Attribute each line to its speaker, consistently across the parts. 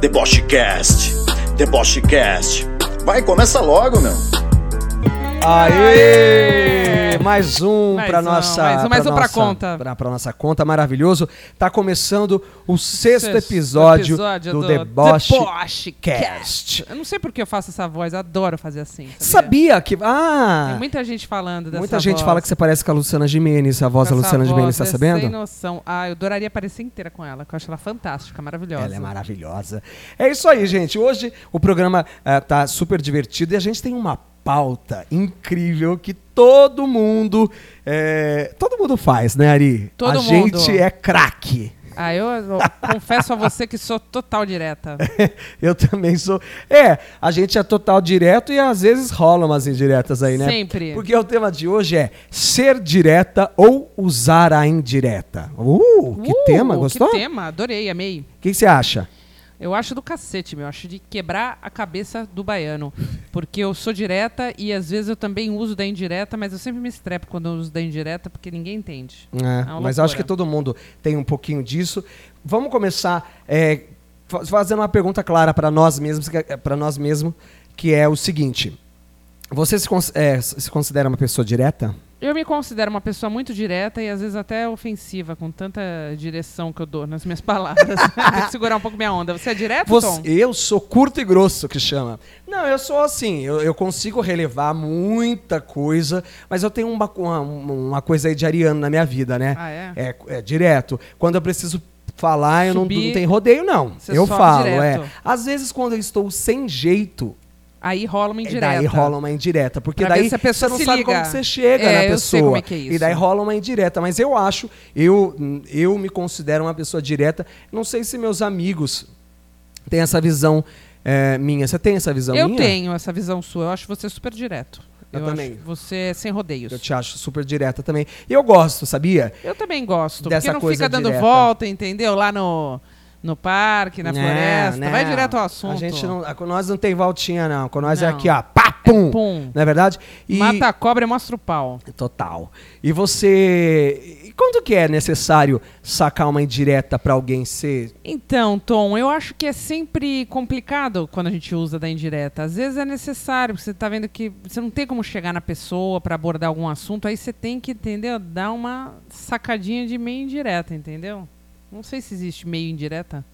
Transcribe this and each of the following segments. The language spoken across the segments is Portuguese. Speaker 1: Debochecast. Debochecast. Vai, começa logo, meu.
Speaker 2: Aê! Mais um
Speaker 3: Mais
Speaker 2: para
Speaker 3: um,
Speaker 2: nossa
Speaker 3: mais um, mais um pra conta.
Speaker 2: Para nossa conta, maravilhoso. Tá começando o sexto,
Speaker 3: Sexto
Speaker 2: episódio,
Speaker 3: episódio
Speaker 2: do,
Speaker 3: do
Speaker 2: Deboche,
Speaker 3: Deboche
Speaker 2: Cast.
Speaker 3: Eu não sei por que eu faço essa voz, adoro fazer assim. Sabia?
Speaker 2: Sabia que ah,
Speaker 3: Tem muita gente falando dessa
Speaker 2: muita gente
Speaker 3: voz,
Speaker 2: fala que você parece com a Luciana Gimenez, a
Speaker 3: com
Speaker 2: voz da
Speaker 3: essa
Speaker 2: Luciana Gimenez, tá
Speaker 3: é Sem
Speaker 2: sabendo?
Speaker 3: noção. Ah, eu adoraria aparecer inteira com ela, que eu acho ela fantástica, maravilhosa.
Speaker 2: Ela é maravilhosa. É isso aí, gente. Hoje o programa ah, tá super divertido e a gente tem uma pauta incrível que todo mundo eh, todo mundo faz, né, Ari?
Speaker 3: Todo
Speaker 2: a
Speaker 3: mundo.
Speaker 2: gente é craque.
Speaker 3: Ah, eu, eu confesso a você que sou total direta.
Speaker 2: Eu também sou. É, a gente é total direto e às vezes rolam umas indiretas aí, né?
Speaker 3: Sempre.
Speaker 2: Porque o tema de hoje é ser direta ou usar a indireta. Uh, que
Speaker 3: Uh,
Speaker 2: tema, gostou? O
Speaker 3: Que
Speaker 2: que
Speaker 3: tema, adorei, amei.
Speaker 2: que você acha?
Speaker 3: Eu acho do cacete, meu. Eu acho de quebrar a cabeça do baiano. Porque eu sou direta e às vezes eu também uso da indireta, mas eu sempre me estrepo quando eu uso da indireta, porque ninguém entende.
Speaker 2: É,
Speaker 3: uma
Speaker 2: mas acho
Speaker 3: loucura.
Speaker 2: que todo mundo tem um pouquinho disso. Vamos começar é, fa- fazendo uma pergunta clara para nós mesmos, para nós mesmos, que é o seguinte: você se, cons- é, se considera uma pessoa direta?
Speaker 3: Eu me considero uma pessoa muito direta e às vezes até ofensiva, com tanta direção que eu dou nas minhas palavras. Tem que segurar um pouco minha onda. Você é direto,
Speaker 2: Você-
Speaker 3: Tom?
Speaker 2: eu sou curto e grosso, que chama. Não, eu sou assim, eu, eu consigo relevar muita coisa, mas eu tenho uma, co- uma, uma coisa aí de ariano na minha vida, né?
Speaker 3: Ah, é?
Speaker 2: É, é direto. Quando eu preciso falar, eu não,
Speaker 3: Subir,
Speaker 2: não tenho rodeio, não.
Speaker 3: você
Speaker 2: Eu
Speaker 3: sobe
Speaker 2: falo,
Speaker 3: direto.
Speaker 2: é. Às vezes, quando eu estou sem jeito,
Speaker 3: Aí rola uma
Speaker 2: e
Speaker 3: indireta.
Speaker 2: daí rola uma indireta. Porque
Speaker 3: Pra ver
Speaker 2: daí
Speaker 3: se a pessoa
Speaker 2: você não
Speaker 3: se
Speaker 2: sabe
Speaker 3: liga.
Speaker 2: como que você chega
Speaker 3: É,
Speaker 2: na
Speaker 3: eu
Speaker 2: pessoa.
Speaker 3: sei como é que é isso.
Speaker 2: E daí rola uma indireta. Mas eu acho, eu, eu me considero uma pessoa direta. Não sei se meus amigos têm essa visão eh, minha. Você tem essa visão
Speaker 3: Eu
Speaker 2: minha?
Speaker 3: tenho essa visão sua. Eu acho você super direto.
Speaker 2: Eu
Speaker 3: acho
Speaker 2: também.
Speaker 3: você é sem rodeios.
Speaker 2: Eu te acho super direta também. E eu gosto, sabia?
Speaker 3: Eu também gosto,
Speaker 2: Dessa
Speaker 3: porque não
Speaker 2: coisa
Speaker 3: fica dando
Speaker 2: direta.
Speaker 3: volta, entendeu? Lá no, no parque, na
Speaker 2: Né,
Speaker 3: floresta.
Speaker 2: né.
Speaker 3: Vai direto ao assunto.
Speaker 2: A gente não, a- com nós não tem voltinha, não. Com nós é
Speaker 3: Não.
Speaker 2: aqui, ó. Pá, pum!
Speaker 3: pum.
Speaker 2: Não é verdade? E-
Speaker 3: Mata a cobra e mostra o pau.
Speaker 2: Total. E você. E quando que é necessário sacar uma indireta pra alguém ser
Speaker 3: Então, Tom, eu acho que é sempre complicado quando a gente usa da indireta. Às vezes é necessário, porque você tá vendo que você não tem como chegar na pessoa para abordar algum assunto, aí você tem que, entendeu? Dar uma sacadinha de meio indireta, entendeu? Não sei se existe meio indireta.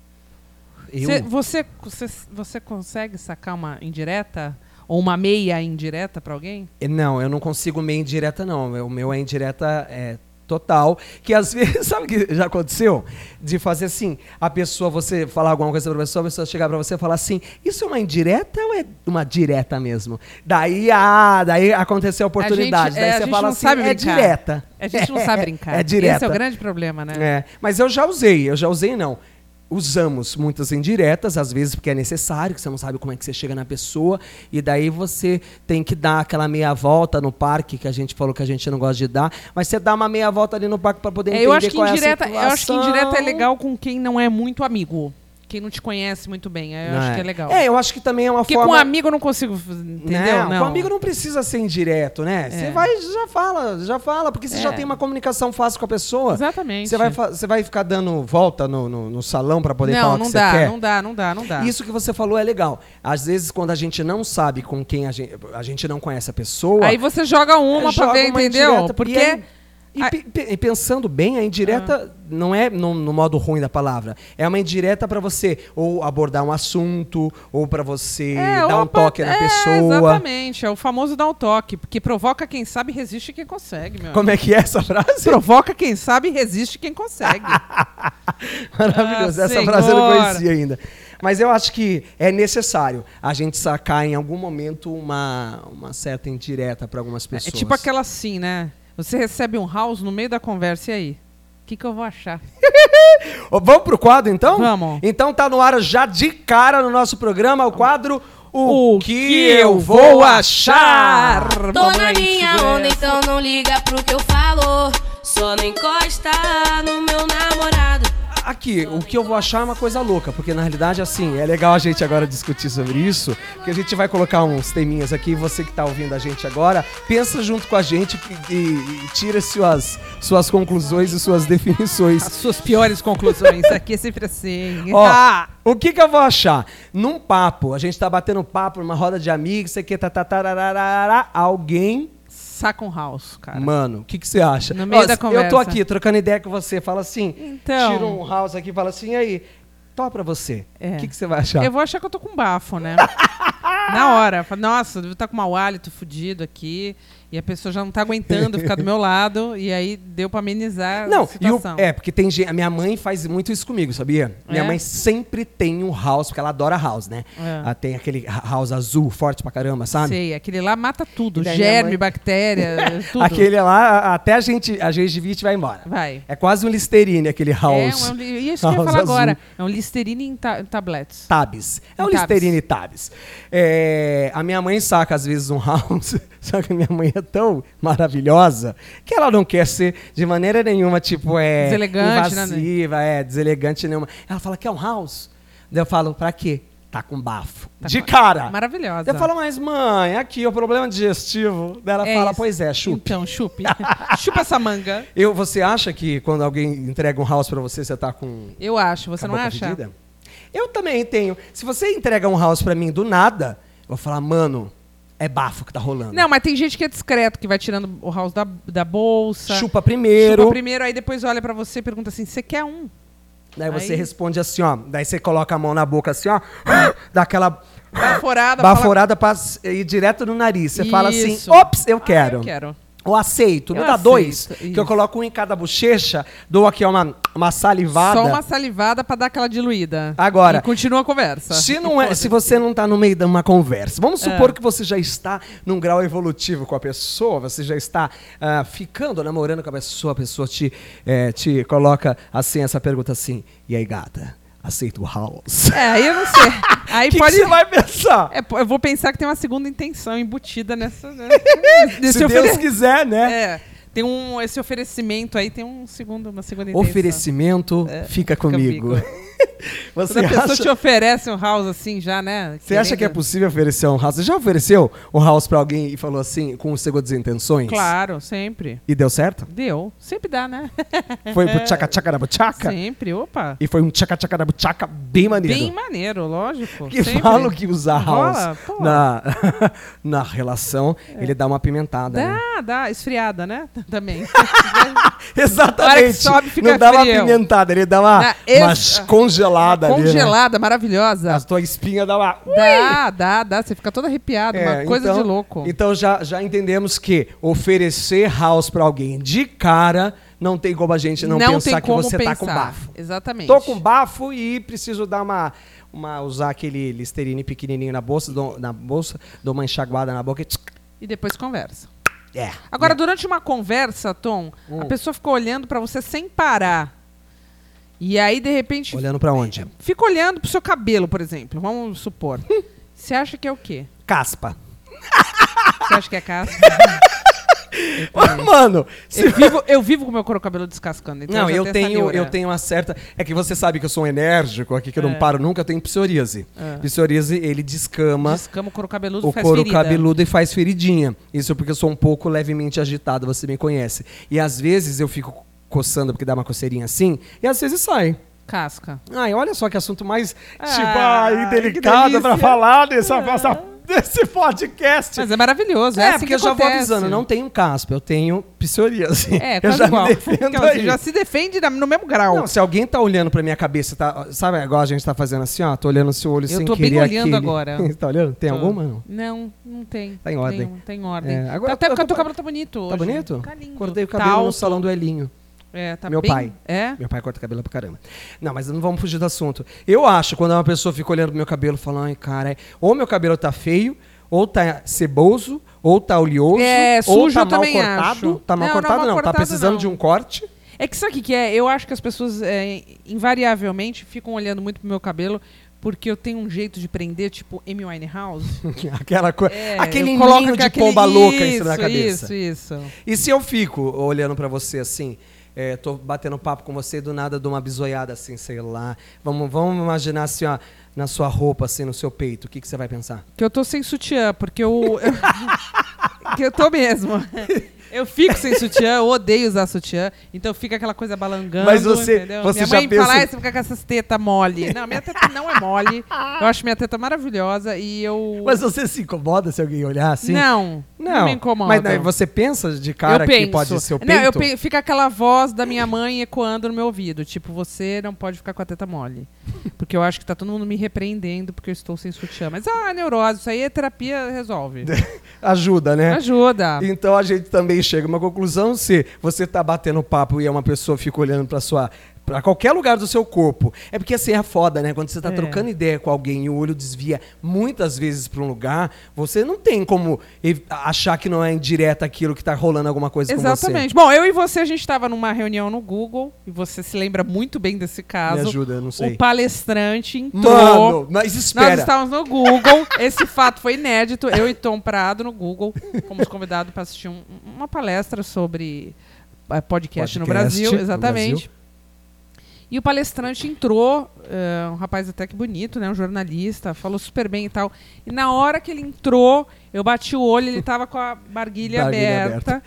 Speaker 2: Eu?
Speaker 3: Cê- você, você, você consegue sacar uma indireta? Ou uma meia indireta para alguém?
Speaker 2: Não, eu não consigo meio indireta, não. O meu é indireta é, total. Que às vezes, sabe o que já aconteceu? De fazer assim, a pessoa, você falar alguma coisa pra pessoa, a pessoa chegar pra você e falar assim, isso é uma indireta ou é uma direta mesmo? Daí, ah, daí aconteceu a oportunidade.
Speaker 3: A gente,
Speaker 2: daí
Speaker 3: é, a
Speaker 2: você
Speaker 3: gente
Speaker 2: fala
Speaker 3: não
Speaker 2: assim,
Speaker 3: sabe
Speaker 2: é
Speaker 3: brincar.
Speaker 2: direta.
Speaker 3: A gente não sabe brincar.
Speaker 2: É direta.
Speaker 3: Esse é o grande problema, né?
Speaker 2: É, mas eu já usei, eu já usei não. Usamos muitas indiretas, às vezes porque é necessário, que você não sabe como é que você chega na pessoa, e daí você tem que dar aquela meia volta no parque, que a gente falou que a gente não gosta de dar, mas você dá uma meia volta ali no parque para poder
Speaker 3: É,
Speaker 2: entender
Speaker 3: eu acho que
Speaker 2: qual é a
Speaker 3: indireta, eu acho que
Speaker 2: situação.
Speaker 3: indireta é legal com quem não é muito amigo, quem não te conhece muito bem. Eu
Speaker 2: Não
Speaker 3: acho que é legal.
Speaker 2: É, eu acho que também é uma
Speaker 3: Porque
Speaker 2: forma...
Speaker 3: com amigo eu não consigo, f- entendeu? Não, É.
Speaker 2: Não, com amigo não precisa ser indireto, né? Você vai e já fala, já fala, porque você já tem uma comunicação fácil com a pessoa.
Speaker 3: Exatamente.
Speaker 2: Você vai, fa- você vai ficar dando volta no, no- no salão para poder
Speaker 3: Não,
Speaker 2: falar o
Speaker 3: não
Speaker 2: que
Speaker 3: dá,
Speaker 2: você quer?
Speaker 3: não dá, não dá, não dá.
Speaker 2: Isso que você falou é legal. Às vezes, quando a gente não sabe com quem a gente, a gente não conhece a pessoa.
Speaker 3: Aí você joga uma pra
Speaker 2: joga
Speaker 3: ver,
Speaker 2: uma
Speaker 3: entendeu?
Speaker 2: indireta, é
Speaker 3: Porque
Speaker 2: E, aí- e
Speaker 3: a-
Speaker 2: pe- pe- e pensando bem, a indireta não é no, no modo ruim da palavra. É uma indireta pra você ou abordar um assunto, ou pra você dar um
Speaker 3: opa,
Speaker 2: toque na
Speaker 3: é,
Speaker 2: pessoa.
Speaker 3: Exatamente, é o famoso dar um toque, porque provoca quem sabe, resiste quem consegue, meu.
Speaker 2: Como é que é essa frase?
Speaker 3: Provoca quem sabe, resiste quem consegue.
Speaker 2: Ah, Maravilhoso.
Speaker 3: Ah,
Speaker 2: Essa frase eu não
Speaker 3: senhora.
Speaker 2: conhecia ainda. Mas eu acho que é necessário a gente sacar em algum momento uma, uma certa indireta pra algumas
Speaker 3: É,
Speaker 2: pessoas.
Speaker 3: É tipo aquela assim, né? Você recebe um house no meio da conversa e aí? O que, que eu vou achar?
Speaker 2: Ô, Vamos pro quadro então?
Speaker 3: Vamos.
Speaker 2: Então tá no ar já de cara no nosso programa o quadro O,
Speaker 3: O
Speaker 2: que, eu vou achar.
Speaker 4: Tô
Speaker 3: Vamos
Speaker 4: na
Speaker 3: aí,
Speaker 4: minha
Speaker 3: segura
Speaker 4: onda,
Speaker 3: essa.
Speaker 4: então não liga pro que eu falo. Só não encosta no meu namorado.
Speaker 2: Aqui, o que eu vou achar é uma coisa louca, porque na realidade assim, é legal a gente agora discutir sobre isso, porque a gente vai colocar uns teminhas aqui, você que tá ouvindo a gente agora, pensa junto com a gente e, e- e tira suas suas conclusões e suas definições.
Speaker 3: As suas piores conclusões. Aqui é sempre assim.
Speaker 2: Ó,
Speaker 3: Ah!
Speaker 2: O que, que eu vou achar? Num papo, a gente tá batendo papo numa roda de amigos, sei que tá, tá, tá, tararara, alguém.
Speaker 3: Saca um house, cara.
Speaker 2: Mano, o que, que você acha?
Speaker 3: No meio da
Speaker 2: Eu tô
Speaker 3: conversa.
Speaker 2: aqui trocando ideia com você, fala assim,
Speaker 3: Então.
Speaker 2: tira um house aqui e fala assim, e aí, topa pra você. O
Speaker 3: É.
Speaker 2: que, que você vai achar?
Speaker 3: Eu vou achar que eu tô com bafo, né? Na hora. Fala, Nossa, devo estar com mau hálito fudido aqui. E a pessoa já não tá aguentando ficar do meu lado. E aí deu pra amenizar a
Speaker 2: Não, e o,
Speaker 3: situação.
Speaker 2: é, porque tem gente. A minha mãe faz muito isso comigo, sabia? Minha
Speaker 3: É?
Speaker 2: mãe sempre tem um house, porque ela adora house, né?
Speaker 3: É.
Speaker 2: Ela tem aquele house azul forte pra caramba, sabe?
Speaker 3: Sei, aquele lá mata tudo.
Speaker 2: E daí minha
Speaker 3: Germe,
Speaker 2: mãe-
Speaker 3: bactéria, tudo.
Speaker 2: Aquele lá, a- até a gente, a gengivite vai embora.
Speaker 3: Vai.
Speaker 2: É quase um Listerine aquele house.
Speaker 3: É, um, é um li- isso que eu ia
Speaker 2: house
Speaker 3: falar
Speaker 2: azul.
Speaker 3: agora. É um Listerine em ta- tablets.
Speaker 2: Tabs. É um
Speaker 3: Tabs.
Speaker 2: Listerine Tabs. É, a minha mãe saca às vezes um house, só que a minha mãe é tão maravilhosa que ela não quer ser de maneira nenhuma, tipo, é.
Speaker 3: Deselegante, né, né?
Speaker 2: invasiva, é, deselegante nenhuma. Ela fala, quer um house? Daí eu falo, pra quê? Tá com bafo. de cara.
Speaker 3: Maravilhosa.
Speaker 2: Daí eu falo, mas mãe, aqui, é o problema digestivo. Daí ela
Speaker 3: É
Speaker 2: fala,
Speaker 3: isso.
Speaker 2: pois é, chupa.
Speaker 3: Então, chupe. chupa essa manga.
Speaker 2: Eu, você acha que quando alguém entrega um house pra você, você tá com
Speaker 3: Eu acho, você
Speaker 2: a
Speaker 3: não
Speaker 2: boca
Speaker 3: acha?
Speaker 2: fedida? Eu também tenho. Se você entrega um house pra mim do nada, eu vou falar, mano, é bafo que tá rolando.
Speaker 3: Não, mas tem gente que é discreto, que vai tirando o house da, da bolsa.
Speaker 2: Chupa primeiro.
Speaker 3: Chupa primeiro, aí depois olha pra você e pergunta assim: você quer um?
Speaker 2: Daí você
Speaker 3: Aí-
Speaker 2: responde assim, ó. Daí você coloca a mão na boca assim, ó. Dá aquela
Speaker 3: Baforada.
Speaker 2: baforada pra s- ir direto no nariz. Você fala assim,
Speaker 3: Isso.
Speaker 2: ops, eu
Speaker 3: Ah,
Speaker 2: quero.
Speaker 3: eu quero.
Speaker 2: Ou aceito, me
Speaker 3: Eu
Speaker 2: dá
Speaker 3: aceito,
Speaker 2: dois. Que
Speaker 3: isso.
Speaker 2: eu coloco um em cada bochecha, dou aqui ó, uma, uma
Speaker 3: Fala,
Speaker 2: salivada.
Speaker 3: só uma salivada pra dar aquela diluída.
Speaker 2: Agora.
Speaker 3: E continua a conversa.
Speaker 2: Se, não é, se você não está no meio de uma conversa, vamos
Speaker 3: É.
Speaker 2: supor que você já está num grau evolutivo com a pessoa, você já está ah, ficando, namorando com a pessoa, a pessoa te, eh, te coloca assim, essa pergunta assim, e aí gata, aceita o house?
Speaker 3: É, aí eu não sei. Aí
Speaker 2: O que,
Speaker 3: pode.
Speaker 2: que você vai pensar?
Speaker 3: É, pô, eu vou pensar que tem uma segunda intenção embutida nessa. Né?
Speaker 2: Se Deus
Speaker 3: ofere-
Speaker 2: quiser, né?
Speaker 3: É. Tem um, esse oferecimento aí tem um segundo, uma segunda intenção.
Speaker 2: Oferecimento,
Speaker 3: É,
Speaker 2: fica
Speaker 3: fica
Speaker 2: comigo.
Speaker 3: comigo.
Speaker 2: você
Speaker 3: Quando a pessoa
Speaker 2: acha,
Speaker 3: te oferece um house assim já, né?
Speaker 2: você acha que é
Speaker 3: querendo-
Speaker 2: possível oferecer um house? Você já ofereceu um house para alguém e falou assim, com segundas intenções?
Speaker 3: Claro, sempre.
Speaker 2: E deu certo?
Speaker 3: Deu. Sempre dá, né?
Speaker 2: Foi pro tchaca-tchaca na buchaca?
Speaker 3: sempre, opa.
Speaker 2: E foi um tchaca-tchaca da buchaca bem maneiro.
Speaker 3: Bem maneiro, lógico.
Speaker 2: que
Speaker 3: sempre.
Speaker 2: falo que usar
Speaker 3: Rola,
Speaker 2: house
Speaker 3: pô. É.
Speaker 2: na, na relação, ele dá uma pimentada. né?
Speaker 3: Dá, dá. Esfriada, né? Também. Na hora que
Speaker 2: Exatamente.
Speaker 3: sobe, fica
Speaker 2: Não dá uma
Speaker 3: frio.
Speaker 2: pimentada, ele dá uma,
Speaker 3: Dá
Speaker 2: uma
Speaker 3: ex-
Speaker 2: congelada ali. Né?
Speaker 3: Congelada,
Speaker 2: A
Speaker 3: maravilhosa.
Speaker 2: tua espinha dá uma...
Speaker 3: Dá, dá, dá. Você fica todo arrepiado.
Speaker 2: É,
Speaker 3: uma coisa
Speaker 2: então-
Speaker 3: de louco.
Speaker 2: Então já, já entendemos que oferecer house pra alguém de cara não tem como a gente não, pensar que você tá com bafo.
Speaker 3: Exatamente.
Speaker 2: Tô com bafo e preciso dar uma, uma usar aquele listerine pequenininho na bolsa, dou, na bolsa, dou uma enxaguada na boca e tsk,
Speaker 3: E depois conversa.
Speaker 2: é.
Speaker 3: Agora, durante uma conversa, Tom,
Speaker 2: Uh.
Speaker 3: a pessoa ficou olhando pra você sem parar. E aí, de repente,
Speaker 2: Olhando pra onde?
Speaker 3: fica olhando pro seu cabelo, por exemplo. Vamos supor. Você acha que é o quê?
Speaker 2: Caspa.
Speaker 3: Você acha que é caspa?
Speaker 2: Ah, Mano, se-
Speaker 3: eu, vivo, eu vivo com meu couro cabelo descascando. Então
Speaker 2: não,
Speaker 3: já
Speaker 2: eu
Speaker 3: essa
Speaker 2: tenho,
Speaker 3: neura.
Speaker 2: eu É. tenho uma certa. É que você sabe que eu sou um enérgico aqui, que eu não paro nunca, eu tenho psoríase. Psoríase, ele É. descama
Speaker 3: Descama o couro cabeludo,
Speaker 2: o
Speaker 3: faz
Speaker 2: couro
Speaker 3: ferida.
Speaker 2: cabeludo e faz feridinha. Isso porque eu sou um pouco levemente agitado, você me conhece. E às vezes eu fico coçando porque dá uma coceirinha assim, e às vezes sai.
Speaker 3: Casca.
Speaker 2: Ai, olha só que assunto mais
Speaker 3: Ah,
Speaker 2: ah,
Speaker 3: que
Speaker 2: delicado
Speaker 3: delícia. É.
Speaker 2: pra falar nessa, nessa- desse podcast.
Speaker 3: Mas é maravilhoso. É,
Speaker 2: É,
Speaker 3: assim
Speaker 2: porque
Speaker 3: que
Speaker 2: eu já vou
Speaker 3: acontece.
Speaker 2: avisando, não tenho caspa, eu tenho psoríase.
Speaker 3: É,
Speaker 2: eu
Speaker 3: quase
Speaker 2: já
Speaker 3: igual.
Speaker 2: me defendo
Speaker 3: Então, você
Speaker 2: aí.
Speaker 3: já se defende na- no mesmo grau.
Speaker 2: Não, se alguém tá olhando pra minha cabeça, tá, sabe agora a gente tá fazendo assim, ó, tô olhando seu olho
Speaker 3: Eu
Speaker 2: sem
Speaker 3: tô bem
Speaker 2: querer
Speaker 3: olhando
Speaker 2: aquele.
Speaker 3: agora.
Speaker 2: Você tá olhando? Tem alguma não?
Speaker 3: Não, não tem.
Speaker 2: Tá em ordem.
Speaker 3: Tem, tem ordem.
Speaker 2: É, agora-
Speaker 3: Até
Speaker 2: eu
Speaker 3: porque
Speaker 2: tô-
Speaker 3: o teu cabelo tá bonito hoje.
Speaker 2: Tá bonito?
Speaker 3: Tá lindo.
Speaker 2: Cortei o
Speaker 3: Tá
Speaker 2: cabelo no
Speaker 3: alto.
Speaker 2: salão do Elinho.
Speaker 3: É, tá
Speaker 2: Meu
Speaker 3: bem-
Speaker 2: pai.
Speaker 3: É?
Speaker 2: Meu pai corta cabelo pra caramba. Não, mas não vamos fugir do assunto. Eu acho, quando uma pessoa fica olhando pro meu cabelo, falando, ai, cara, é, ou meu cabelo tá feio, ou tá ceboso, ou tá oleoso,
Speaker 3: É,
Speaker 2: ou
Speaker 3: sujo
Speaker 2: tá
Speaker 3: eu
Speaker 2: mal
Speaker 3: também
Speaker 2: cortado.
Speaker 3: acho.
Speaker 2: Tá mal
Speaker 3: Não, não,
Speaker 2: cortado não,
Speaker 3: mal
Speaker 2: tá
Speaker 3: cortado
Speaker 2: precisando
Speaker 3: não.
Speaker 2: de um corte.
Speaker 3: É que sabe o que que é? Eu acho que as pessoas, é, invariavelmente, ficam olhando muito pro meu cabelo porque eu tenho um jeito de prender, tipo Amy Winehouse.
Speaker 2: Aquela coisa.
Speaker 3: É,
Speaker 2: aquele
Speaker 3: eu coloco
Speaker 2: ninho de
Speaker 3: aquele-
Speaker 2: pomba louca é em cima da cabeça.
Speaker 3: Isso, isso.
Speaker 2: E se eu fico olhando pra você assim, é, tô batendo papo com você e do nada dou uma bisoiada assim, sei lá. Vamos, vamos imaginar assim, ó, na sua roupa, assim, no seu peito, o que, que você vai pensar?
Speaker 3: Que eu tô sem sutiã, porque eu. que eu tô mesmo. Eu fico sem sutiã, eu odeio usar sutiã, então fica aquela coisa balangando,
Speaker 2: Mas você-
Speaker 3: entendeu?
Speaker 2: você
Speaker 3: minha
Speaker 2: já
Speaker 3: mãe
Speaker 2: pensa-
Speaker 3: fala, "Ai, você fica com essas tetas mole. Não, minha teta não é mole. Eu acho minha teta maravilhosa e eu...
Speaker 2: Mas você se incomoda se alguém olhar assim?
Speaker 3: Não, não, me incomoda.
Speaker 2: Mas né, você pensa de cara
Speaker 3: eu
Speaker 2: que
Speaker 3: penso.
Speaker 2: pode ser o peito?
Speaker 3: Não, eu pe- fica aquela voz da minha mãe ecoando no meu ouvido. Tipo, você não pode ficar com a teta mole. Porque eu acho que tá todo mundo me repreendendo porque eu estou sem sutiã. Mas, ah, neurose, isso aí é terapia, resolve.
Speaker 2: Ajuda, né?
Speaker 3: Ajuda.
Speaker 2: Então a gente também chega a uma conclusão se você tá batendo papo e uma pessoa fica olhando pra sua para qualquer lugar do seu corpo. É porque assim é foda, né? Quando você tá
Speaker 3: É.
Speaker 2: trocando ideia com alguém e o olho desvia muitas vezes pra um lugar, você não tem como ev- achar que não é indireta aquilo que tá rolando alguma coisa
Speaker 3: Exatamente. Bom, eu e você, a gente estava numa reunião no Google, e você se lembra muito bem desse caso.
Speaker 2: ajuda, eu não sei.
Speaker 3: O palestrante
Speaker 2: com
Speaker 3: entrou.
Speaker 2: você. Mano, mas espera.
Speaker 3: Nós estávamos no Google, esse fato foi inédito. Eu e Tom Prado no Google fomos convidados para assistir um- uma palestra sobre eh, podcast, no
Speaker 2: Podcast
Speaker 3: Brasil,
Speaker 2: no
Speaker 3: exatamente. E o palestrante entrou, eh, um rapaz até que bonito, né, um jornalista, falou super bem e tal. E na hora que ele entrou, eu bati o olho, ele tava com a
Speaker 2: Barguilha
Speaker 3: barguilha, aberta.
Speaker 2: aberta.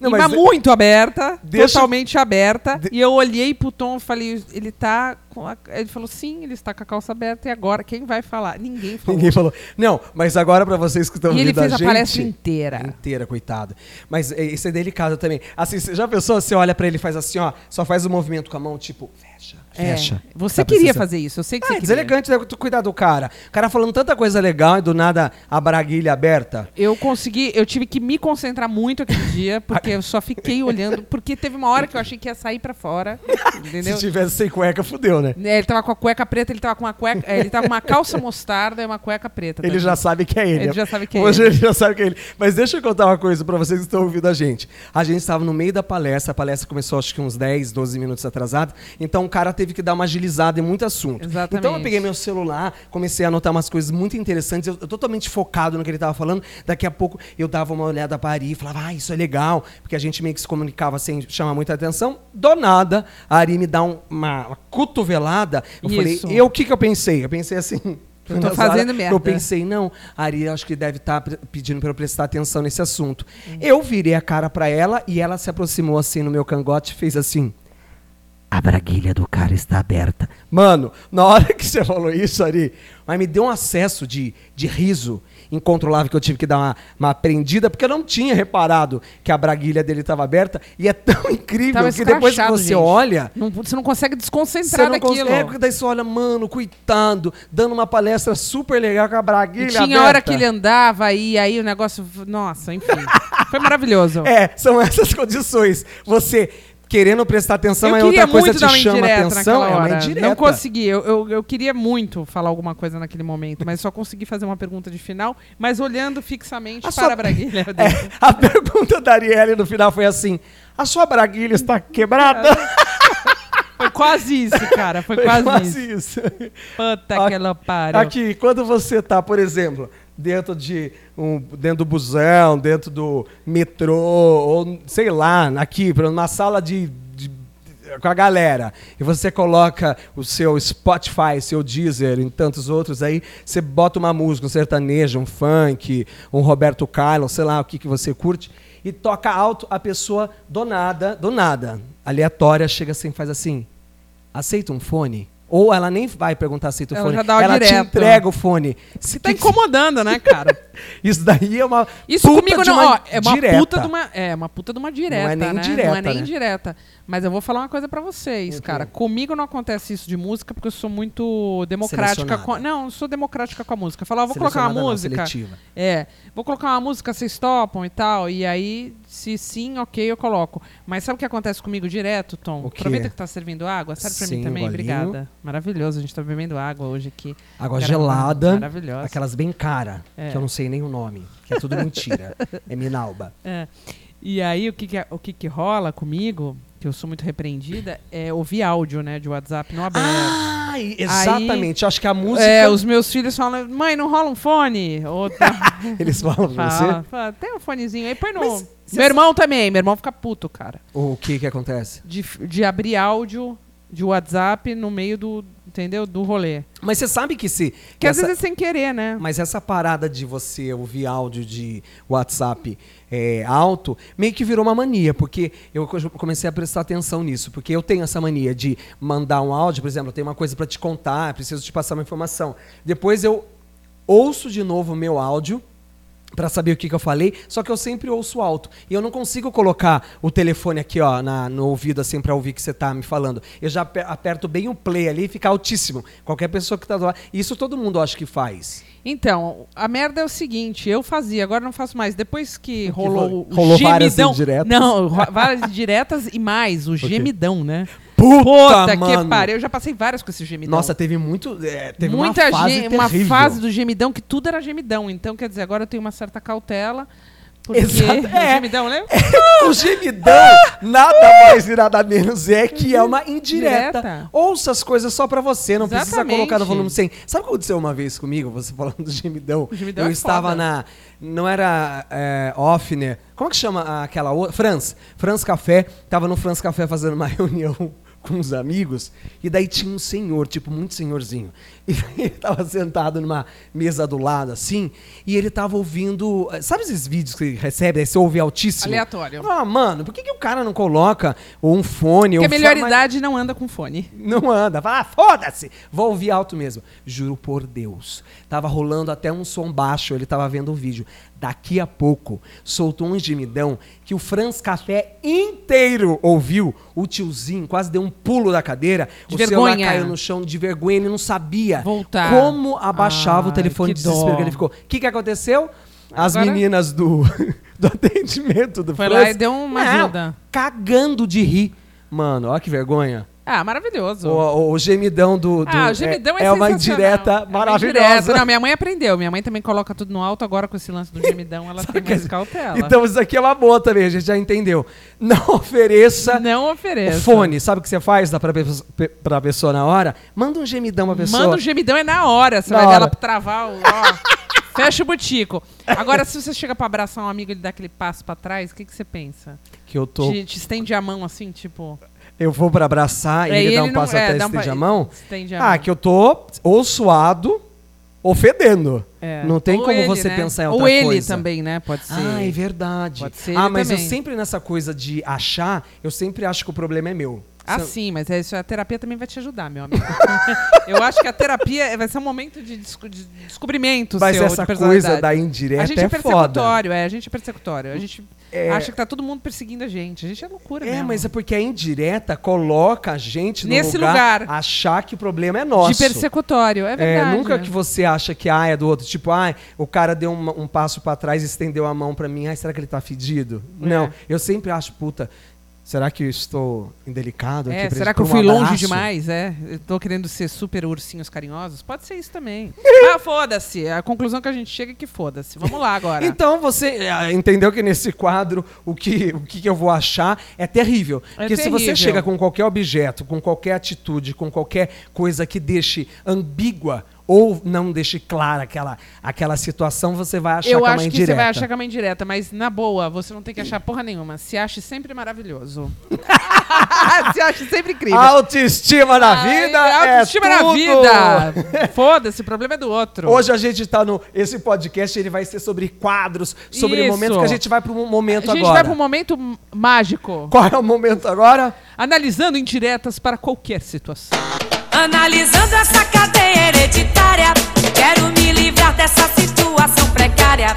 Speaker 2: Não,
Speaker 3: E
Speaker 2: mas
Speaker 3: mas muito aberta,
Speaker 2: Deixa-
Speaker 3: totalmente aberta.
Speaker 2: De-
Speaker 3: E eu olhei pro Tom e falei, ele tá com a... Ele falou, sim, ele está com a calça aberta. E agora, quem vai falar? Ninguém falou.
Speaker 2: Ninguém falou. Não, mas agora pra vocês que estão
Speaker 3: E ele
Speaker 2: ouvindo
Speaker 3: fez
Speaker 2: a
Speaker 3: a,
Speaker 2: gente...
Speaker 3: palestra inteira.
Speaker 2: Inteira, coitado. Mas é, isso é delicado também. Assim, você já pensou? Você olha pra ele e faz assim, ó, só faz o movimento com a mão, tipo, fecha,
Speaker 3: É,
Speaker 2: fecha.
Speaker 3: Você
Speaker 2: Sabe,
Speaker 3: queria
Speaker 2: você-
Speaker 3: fazer isso, eu sei que
Speaker 2: Ah,
Speaker 3: você
Speaker 2: é
Speaker 3: queria.
Speaker 2: deselegante, né? Tu Cuidar do cara. O cara falando tanta coisa legal e do nada a braguilha aberta.
Speaker 3: Eu consegui, eu tive que me concentrar muito aquele dia, porque eu só fiquei olhando, porque teve uma hora que eu achei que ia sair pra fora, entendeu?
Speaker 2: Se tivesse sem cueca, fudeu, né?
Speaker 3: É, ele tava com a cueca preta, ele tava com uma cueca, é, ele tava com uma calça mostarda e uma cueca preta.
Speaker 2: Ele já sabe que é ele.
Speaker 3: Tá Ele já sabe que é
Speaker 2: Hoje
Speaker 3: ele.
Speaker 2: ele já sabe que é ele. Mas deixa eu contar uma coisa pra vocês que estão ouvindo a gente. A gente estava no meio da palestra, a palestra começou acho que uns 10, 12 minutos atrasada, então o cara teve que dar uma agilizada em muito assunto.
Speaker 3: Exatamente.
Speaker 2: Então eu peguei meu celular, comecei a anotar umas coisas muito interessantes, eu, eu totalmente focado no que ele estava falando. Daqui a pouco eu dava uma olhada para Ari, falava, ah, isso é legal, porque a gente meio que se comunicava sem chamar muita atenção. Do nada, a Ari me dá um- uma, uma cotovelada. Eu
Speaker 3: Isso.
Speaker 2: falei, eu o que, que eu pensei? Eu pensei assim.
Speaker 3: Eu tô
Speaker 2: Nessa
Speaker 3: fazendo merda.
Speaker 2: Eu pensei, não, a Ari acho que deve estar pedindo para eu prestar atenção nesse assunto.
Speaker 3: Uhum.
Speaker 2: Eu virei a cara para ela e ela se aproximou assim no meu cangote e fez assim. A braguilha do cara está aberta. Mano, na hora que você falou isso, Ari, mas me deu um acesso de, de riso incontrolável que eu tive que dar uma, uma prendida, porque eu não tinha reparado que a braguilha dele estava aberta. E é tão incrível
Speaker 3: Tava
Speaker 2: que depois que
Speaker 3: escrachado,
Speaker 2: você
Speaker 3: gente.
Speaker 2: olha,
Speaker 3: Não- você não consegue
Speaker 2: você
Speaker 3: desconcentrar
Speaker 2: não É,
Speaker 3: daquilo.
Speaker 2: consegue, daí você olha, mano, coitado, dando uma palestra super legal com a braguilha
Speaker 3: E tinha
Speaker 2: aberta.
Speaker 3: hora que ele andava aí, aí o negócio. Nossa, enfim. Foi maravilhoso.
Speaker 2: É, são essas condições. Você querendo prestar atenção,
Speaker 3: eu
Speaker 2: aí
Speaker 3: queria
Speaker 2: outra coisa
Speaker 3: muito
Speaker 2: te
Speaker 3: dar uma
Speaker 2: chama
Speaker 3: indireta
Speaker 2: atenção, é
Speaker 3: naquela
Speaker 2: uma
Speaker 3: hora.
Speaker 2: indireta.
Speaker 3: não consegui. Eu, eu, eu queria muito falar alguma coisa naquele momento, mas só consegui fazer uma pergunta de final, mas olhando fixamente
Speaker 2: A
Speaker 3: para
Speaker 2: sua-
Speaker 3: a Braguilha.
Speaker 2: É, a pergunta da Arielle no final foi assim: a sua braguilha está quebrada?
Speaker 3: Foi quase isso, cara. É, Foi, quase,
Speaker 2: isso.
Speaker 3: isso. Puta
Speaker 2: Aqui-
Speaker 3: que ela pariu.
Speaker 2: Aqui, quando você tá, por exemplo, dentro de um dentro do busão, dentro do metrô, ou sei lá, aqui, pra- numa sala de, de- de- com a galera, e você coloca o seu Spotify, seu Deezer e tantos outros aí, você bota uma música, um sertanejo, um funk, um Roberto Carlos, sei lá o que, que você curte, e toca alto, a pessoa do nada, do nada, aleatória, chega assim, faz assim, aceita um fone? Ou ela nem vai perguntar aceita o
Speaker 3: Ela
Speaker 2: fone.
Speaker 3: já dá o
Speaker 2: ela
Speaker 3: direto.
Speaker 2: te entrega o fone. Se-
Speaker 3: Tá
Speaker 2: que-
Speaker 3: incomodando, né, cara?
Speaker 2: Isso daí é uma
Speaker 3: Isso
Speaker 2: puta
Speaker 3: comigo
Speaker 2: de
Speaker 3: não,
Speaker 2: uma
Speaker 3: ó, é uma
Speaker 2: direta.
Speaker 3: puta de uma, é uma puta de uma direta,
Speaker 2: Não é nem
Speaker 3: né?
Speaker 2: direta,
Speaker 3: não é nem
Speaker 2: né?
Speaker 3: direta. Mas eu vou falar uma coisa pra vocês,
Speaker 2: O quê?
Speaker 3: cara. Comigo não acontece isso de música porque eu sou muito democrática
Speaker 2: Selecionada.
Speaker 3: com, a- não, eu sou democrática com a música. Falar, vou colocar
Speaker 2: Selecionada
Speaker 3: uma
Speaker 2: não,
Speaker 3: música.
Speaker 2: seletiva.
Speaker 3: é, vou colocar uma música, vocês topam e tal, e aí se sim, OK, eu coloco. Mas sabe o que acontece comigo direto, Tom?
Speaker 2: O quê?
Speaker 3: Aproveita que tá servindo água, serve pra
Speaker 2: Sim,
Speaker 3: mim
Speaker 2: um
Speaker 3: também,
Speaker 2: golinho.
Speaker 3: obrigada. Maravilhoso, a gente tá bebendo água hoje aqui.
Speaker 2: Água
Speaker 3: Gravando.
Speaker 2: gelada,
Speaker 3: Maravilhosa.
Speaker 2: aquelas bem cara,
Speaker 3: É.
Speaker 2: que eu não sei nem o nome, que é tudo mentira. é Minalba.
Speaker 3: É. E aí, o que que, o que que rola comigo, que eu sou muito repreendida, é ouvir áudio, né, de WhatsApp não aberto.
Speaker 2: Ah, exatamente. Acho que a música...
Speaker 3: É, os meus filhos falam, mãe, não rola um fone? Ou tá-
Speaker 2: Eles falam pra
Speaker 3: fala,
Speaker 2: você
Speaker 3: fala, tem um fonezinho aí, põe no...
Speaker 2: Mas
Speaker 3: Meu irmão também, meu irmão fica puto, cara,
Speaker 2: o que que acontece?
Speaker 3: de, f- de abrir áudio de WhatsApp no meio do, entendeu? Do rolê.
Speaker 2: Mas você sabe que se.
Speaker 3: Que
Speaker 2: essa-
Speaker 3: às vezes é sem querer, né?
Speaker 2: Mas essa parada de você ouvir áudio de WhatsApp é, alto meio que virou uma mania, porque eu co- comecei a prestar atenção nisso. Porque eu tenho essa mania de mandar um áudio, por exemplo, eu tenho uma coisa para te contar, preciso te passar uma informação. Depois eu ouço de novo o meu áudio. Pra saber o que, que eu falei, só que eu sempre ouço alto. E eu não consigo colocar o telefone aqui, ó, na- no ouvido, assim, pra ouvir o que você tá me falando. Eu já ape- aperto bem o play ali e fica altíssimo. Qualquer pessoa que tá do lado. Isso todo mundo acho que faz.
Speaker 3: Então, a merda é o seguinte, eu fazia, agora não faço mais. Depois que rolou o
Speaker 2: rolou
Speaker 3: gemidão.
Speaker 2: várias indiretas.
Speaker 3: Não, ro- várias diretas e mais, o gemidão, né?
Speaker 2: Puta,
Speaker 3: que
Speaker 2: mano.
Speaker 3: pariu, eu já passei várias com esse gemidão.
Speaker 2: Nossa, teve muito. é, teve
Speaker 3: Muita
Speaker 2: uma fase
Speaker 3: gen- uma
Speaker 2: terrível.
Speaker 3: fase do gemidão que tudo era gemidão. Então, quer dizer, agora eu tenho uma certa cautela. Porque
Speaker 2: Exato,
Speaker 3: o
Speaker 2: é.
Speaker 3: gemidão, né? lembra? Ah!
Speaker 2: o gemidão, nada mais e nada menos é que é uma indireta.
Speaker 3: Direta.
Speaker 2: Ouça as coisas só pra você, não precisa
Speaker 3: Exatamente.
Speaker 2: colocar no volume 100. Sabe o que aconteceu uma vez comigo, você falando do gemidão?
Speaker 3: O gemidão
Speaker 2: eu
Speaker 3: é
Speaker 2: estava
Speaker 3: foda.
Speaker 2: na. Não era é, Offner. Como que chama aquela outra? Franz. Franz Café. Tava no Franz Café fazendo uma reunião com os amigos. E daí tinha um senhor, tipo, muito senhorzinho. E ele tava sentado numa mesa do lado, assim. E ele tava ouvindo. eh, Sabe esses vídeos que recebe? Aí você ouve altíssimo.
Speaker 3: Aleatório.
Speaker 2: Ah, mano, por que, que o cara não coloca ou um fone? ou
Speaker 3: Porque a melhor
Speaker 2: fala-
Speaker 3: idade não anda com fone.
Speaker 2: Não anda. Fala, ah, foda-se. Vou ouvir alto mesmo. Juro por Deus. Tava rolando até um som baixo, ele tava vendo o vídeo. Daqui a pouco, soltou um gemidão que o Franz Café inteiro ouviu. O tiozinho quase deu um pulo da cadeira.
Speaker 3: De
Speaker 2: o celular
Speaker 3: vergonha.
Speaker 2: caiu no chão de vergonha. Ele não sabia
Speaker 3: Voltar.
Speaker 2: como abaixava o
Speaker 3: Ai,
Speaker 2: telefone
Speaker 3: que
Speaker 2: de desespero
Speaker 3: dó.
Speaker 2: que ele ficou. O que, que aconteceu? As
Speaker 3: Agora-
Speaker 2: meninas do, do atendimento do
Speaker 3: Foi
Speaker 2: Franz-
Speaker 3: lá e deu uma
Speaker 2: Não,
Speaker 3: ajuda.
Speaker 2: Cagando de rir. Mano, olha que vergonha.
Speaker 3: Ah, maravilhoso.
Speaker 2: O, o- o gemidão do, do-
Speaker 3: ah, o gemidão é,
Speaker 2: uma
Speaker 3: sensacional. É
Speaker 2: indireta
Speaker 3: uma indireta.
Speaker 2: maravilhosa.
Speaker 3: Não, minha mãe aprendeu. Minha mãe também coloca tudo no alto. Agora com esse lance do gemidão, ela tem mais cautela.
Speaker 2: Então isso aqui é uma boa também, a gente já entendeu. Não ofereça
Speaker 3: não
Speaker 2: o
Speaker 3: ofereça.
Speaker 2: fone. Sabe o que você faz? Dá pra, pesso- pe- pra pessoa na hora? Manda um gemidão pra pessoa.
Speaker 3: Manda o gemidão é na hora. Você
Speaker 2: Na
Speaker 3: vai ver
Speaker 2: hora.
Speaker 3: ela travar o. ó, fecha o butico. Agora, se você chega pra abraçar um amigo e ele dá aquele passo pra trás, o que, que você pensa?
Speaker 2: Que eu tô.
Speaker 3: Te, te estende a mão assim, tipo.
Speaker 2: Eu vou pra abraçar e
Speaker 3: É,
Speaker 2: ele,
Speaker 3: e
Speaker 2: dá
Speaker 3: ele
Speaker 2: um
Speaker 3: não-
Speaker 2: passo
Speaker 3: é,
Speaker 2: atrás e
Speaker 3: dá um
Speaker 2: estende
Speaker 3: pa-
Speaker 2: a mão.
Speaker 3: estende a
Speaker 2: ah,
Speaker 3: mão.
Speaker 2: que eu tô ou suado ou fedendo.
Speaker 3: é.
Speaker 2: Não tem
Speaker 3: Ou
Speaker 2: como
Speaker 3: ele,
Speaker 2: você
Speaker 3: né?
Speaker 2: pensar em
Speaker 3: Ou
Speaker 2: outra
Speaker 3: ele
Speaker 2: coisa.
Speaker 3: também, né? Pode ser.
Speaker 2: Ah, é verdade.
Speaker 3: Pode ser
Speaker 2: ah,
Speaker 3: ele
Speaker 2: mas eu
Speaker 3: também.
Speaker 2: sempre nessa coisa de achar, eu sempre acho que o problema é meu.
Speaker 3: Ah,
Speaker 2: Se eu-
Speaker 3: sim, mas é isso, a terapia também vai te ajudar, meu amigo. eu acho que a terapia vai ser um momento de, desco- de descobrimento
Speaker 2: Mas
Speaker 3: seu,
Speaker 2: essa
Speaker 3: de
Speaker 2: coisa
Speaker 3: personalidade.
Speaker 2: da indireta
Speaker 3: A gente é,
Speaker 2: é foda.
Speaker 3: persecutório, é, a gente é persecutório. A gente acha que tá todo mundo perseguindo a gente. A gente é loucura
Speaker 2: É,
Speaker 3: mesmo.
Speaker 2: mas é porque a indireta coloca a gente no
Speaker 3: Nesse
Speaker 2: lugar,
Speaker 3: lugar.
Speaker 2: achar que o problema é nosso.
Speaker 3: De persecutório, é
Speaker 2: É,
Speaker 3: verdade.
Speaker 2: nunca que você acha que ah, é do outro. Tipo, ah, o cara deu uma- um, passo pra trás e estendeu a mão pra mim. Ai, será que ele tá fedido?
Speaker 3: É.
Speaker 2: Não, eu sempre acho, puta, será que eu estou indelicado?
Speaker 3: É,
Speaker 2: aqui pra-
Speaker 3: será que
Speaker 2: pra
Speaker 3: eu
Speaker 2: um
Speaker 3: fui longe
Speaker 2: abraço?
Speaker 3: demais? É, eu tô querendo ser super ursinhos carinhosos? Pode ser isso também. ah, foda-se. A conclusão que a gente chega é que foda-se. Vamos lá agora.
Speaker 2: Então você eh, entendeu que nesse quadro o que, o que que eu vou achar é terrível.
Speaker 3: É
Speaker 2: Porque se você
Speaker 3: terrível.
Speaker 2: chega com qualquer objeto, com qualquer atitude, com qualquer coisa que deixe ambígua ou não deixe clara aquela, aquela situação, você vai achar
Speaker 3: eu
Speaker 2: que é uma
Speaker 3: acho que você
Speaker 2: indireta.
Speaker 3: vai achar que é uma indireta, mas na boa, você não tem que achar porra nenhuma. Se ache sempre maravilhoso. se ache sempre incrível.
Speaker 2: Autoestima na
Speaker 3: Ai,
Speaker 2: vida
Speaker 3: autoestima
Speaker 2: é tudo.
Speaker 3: na vida! Foda-se, o problema é do outro.
Speaker 2: Hoje a gente tá no esse podcast, ele vai ser sobre quadros, sobre
Speaker 3: Isso.
Speaker 2: momentos que a gente vai para um
Speaker 3: a
Speaker 2: momento
Speaker 3: gente
Speaker 2: agora.
Speaker 3: vai pra um momento m- mágico.
Speaker 2: Qual é o momento agora?
Speaker 3: Analisando indiretas para qualquer situação.
Speaker 4: Analisando essa cadeia hereditária, quero me livrar dessa situação precária.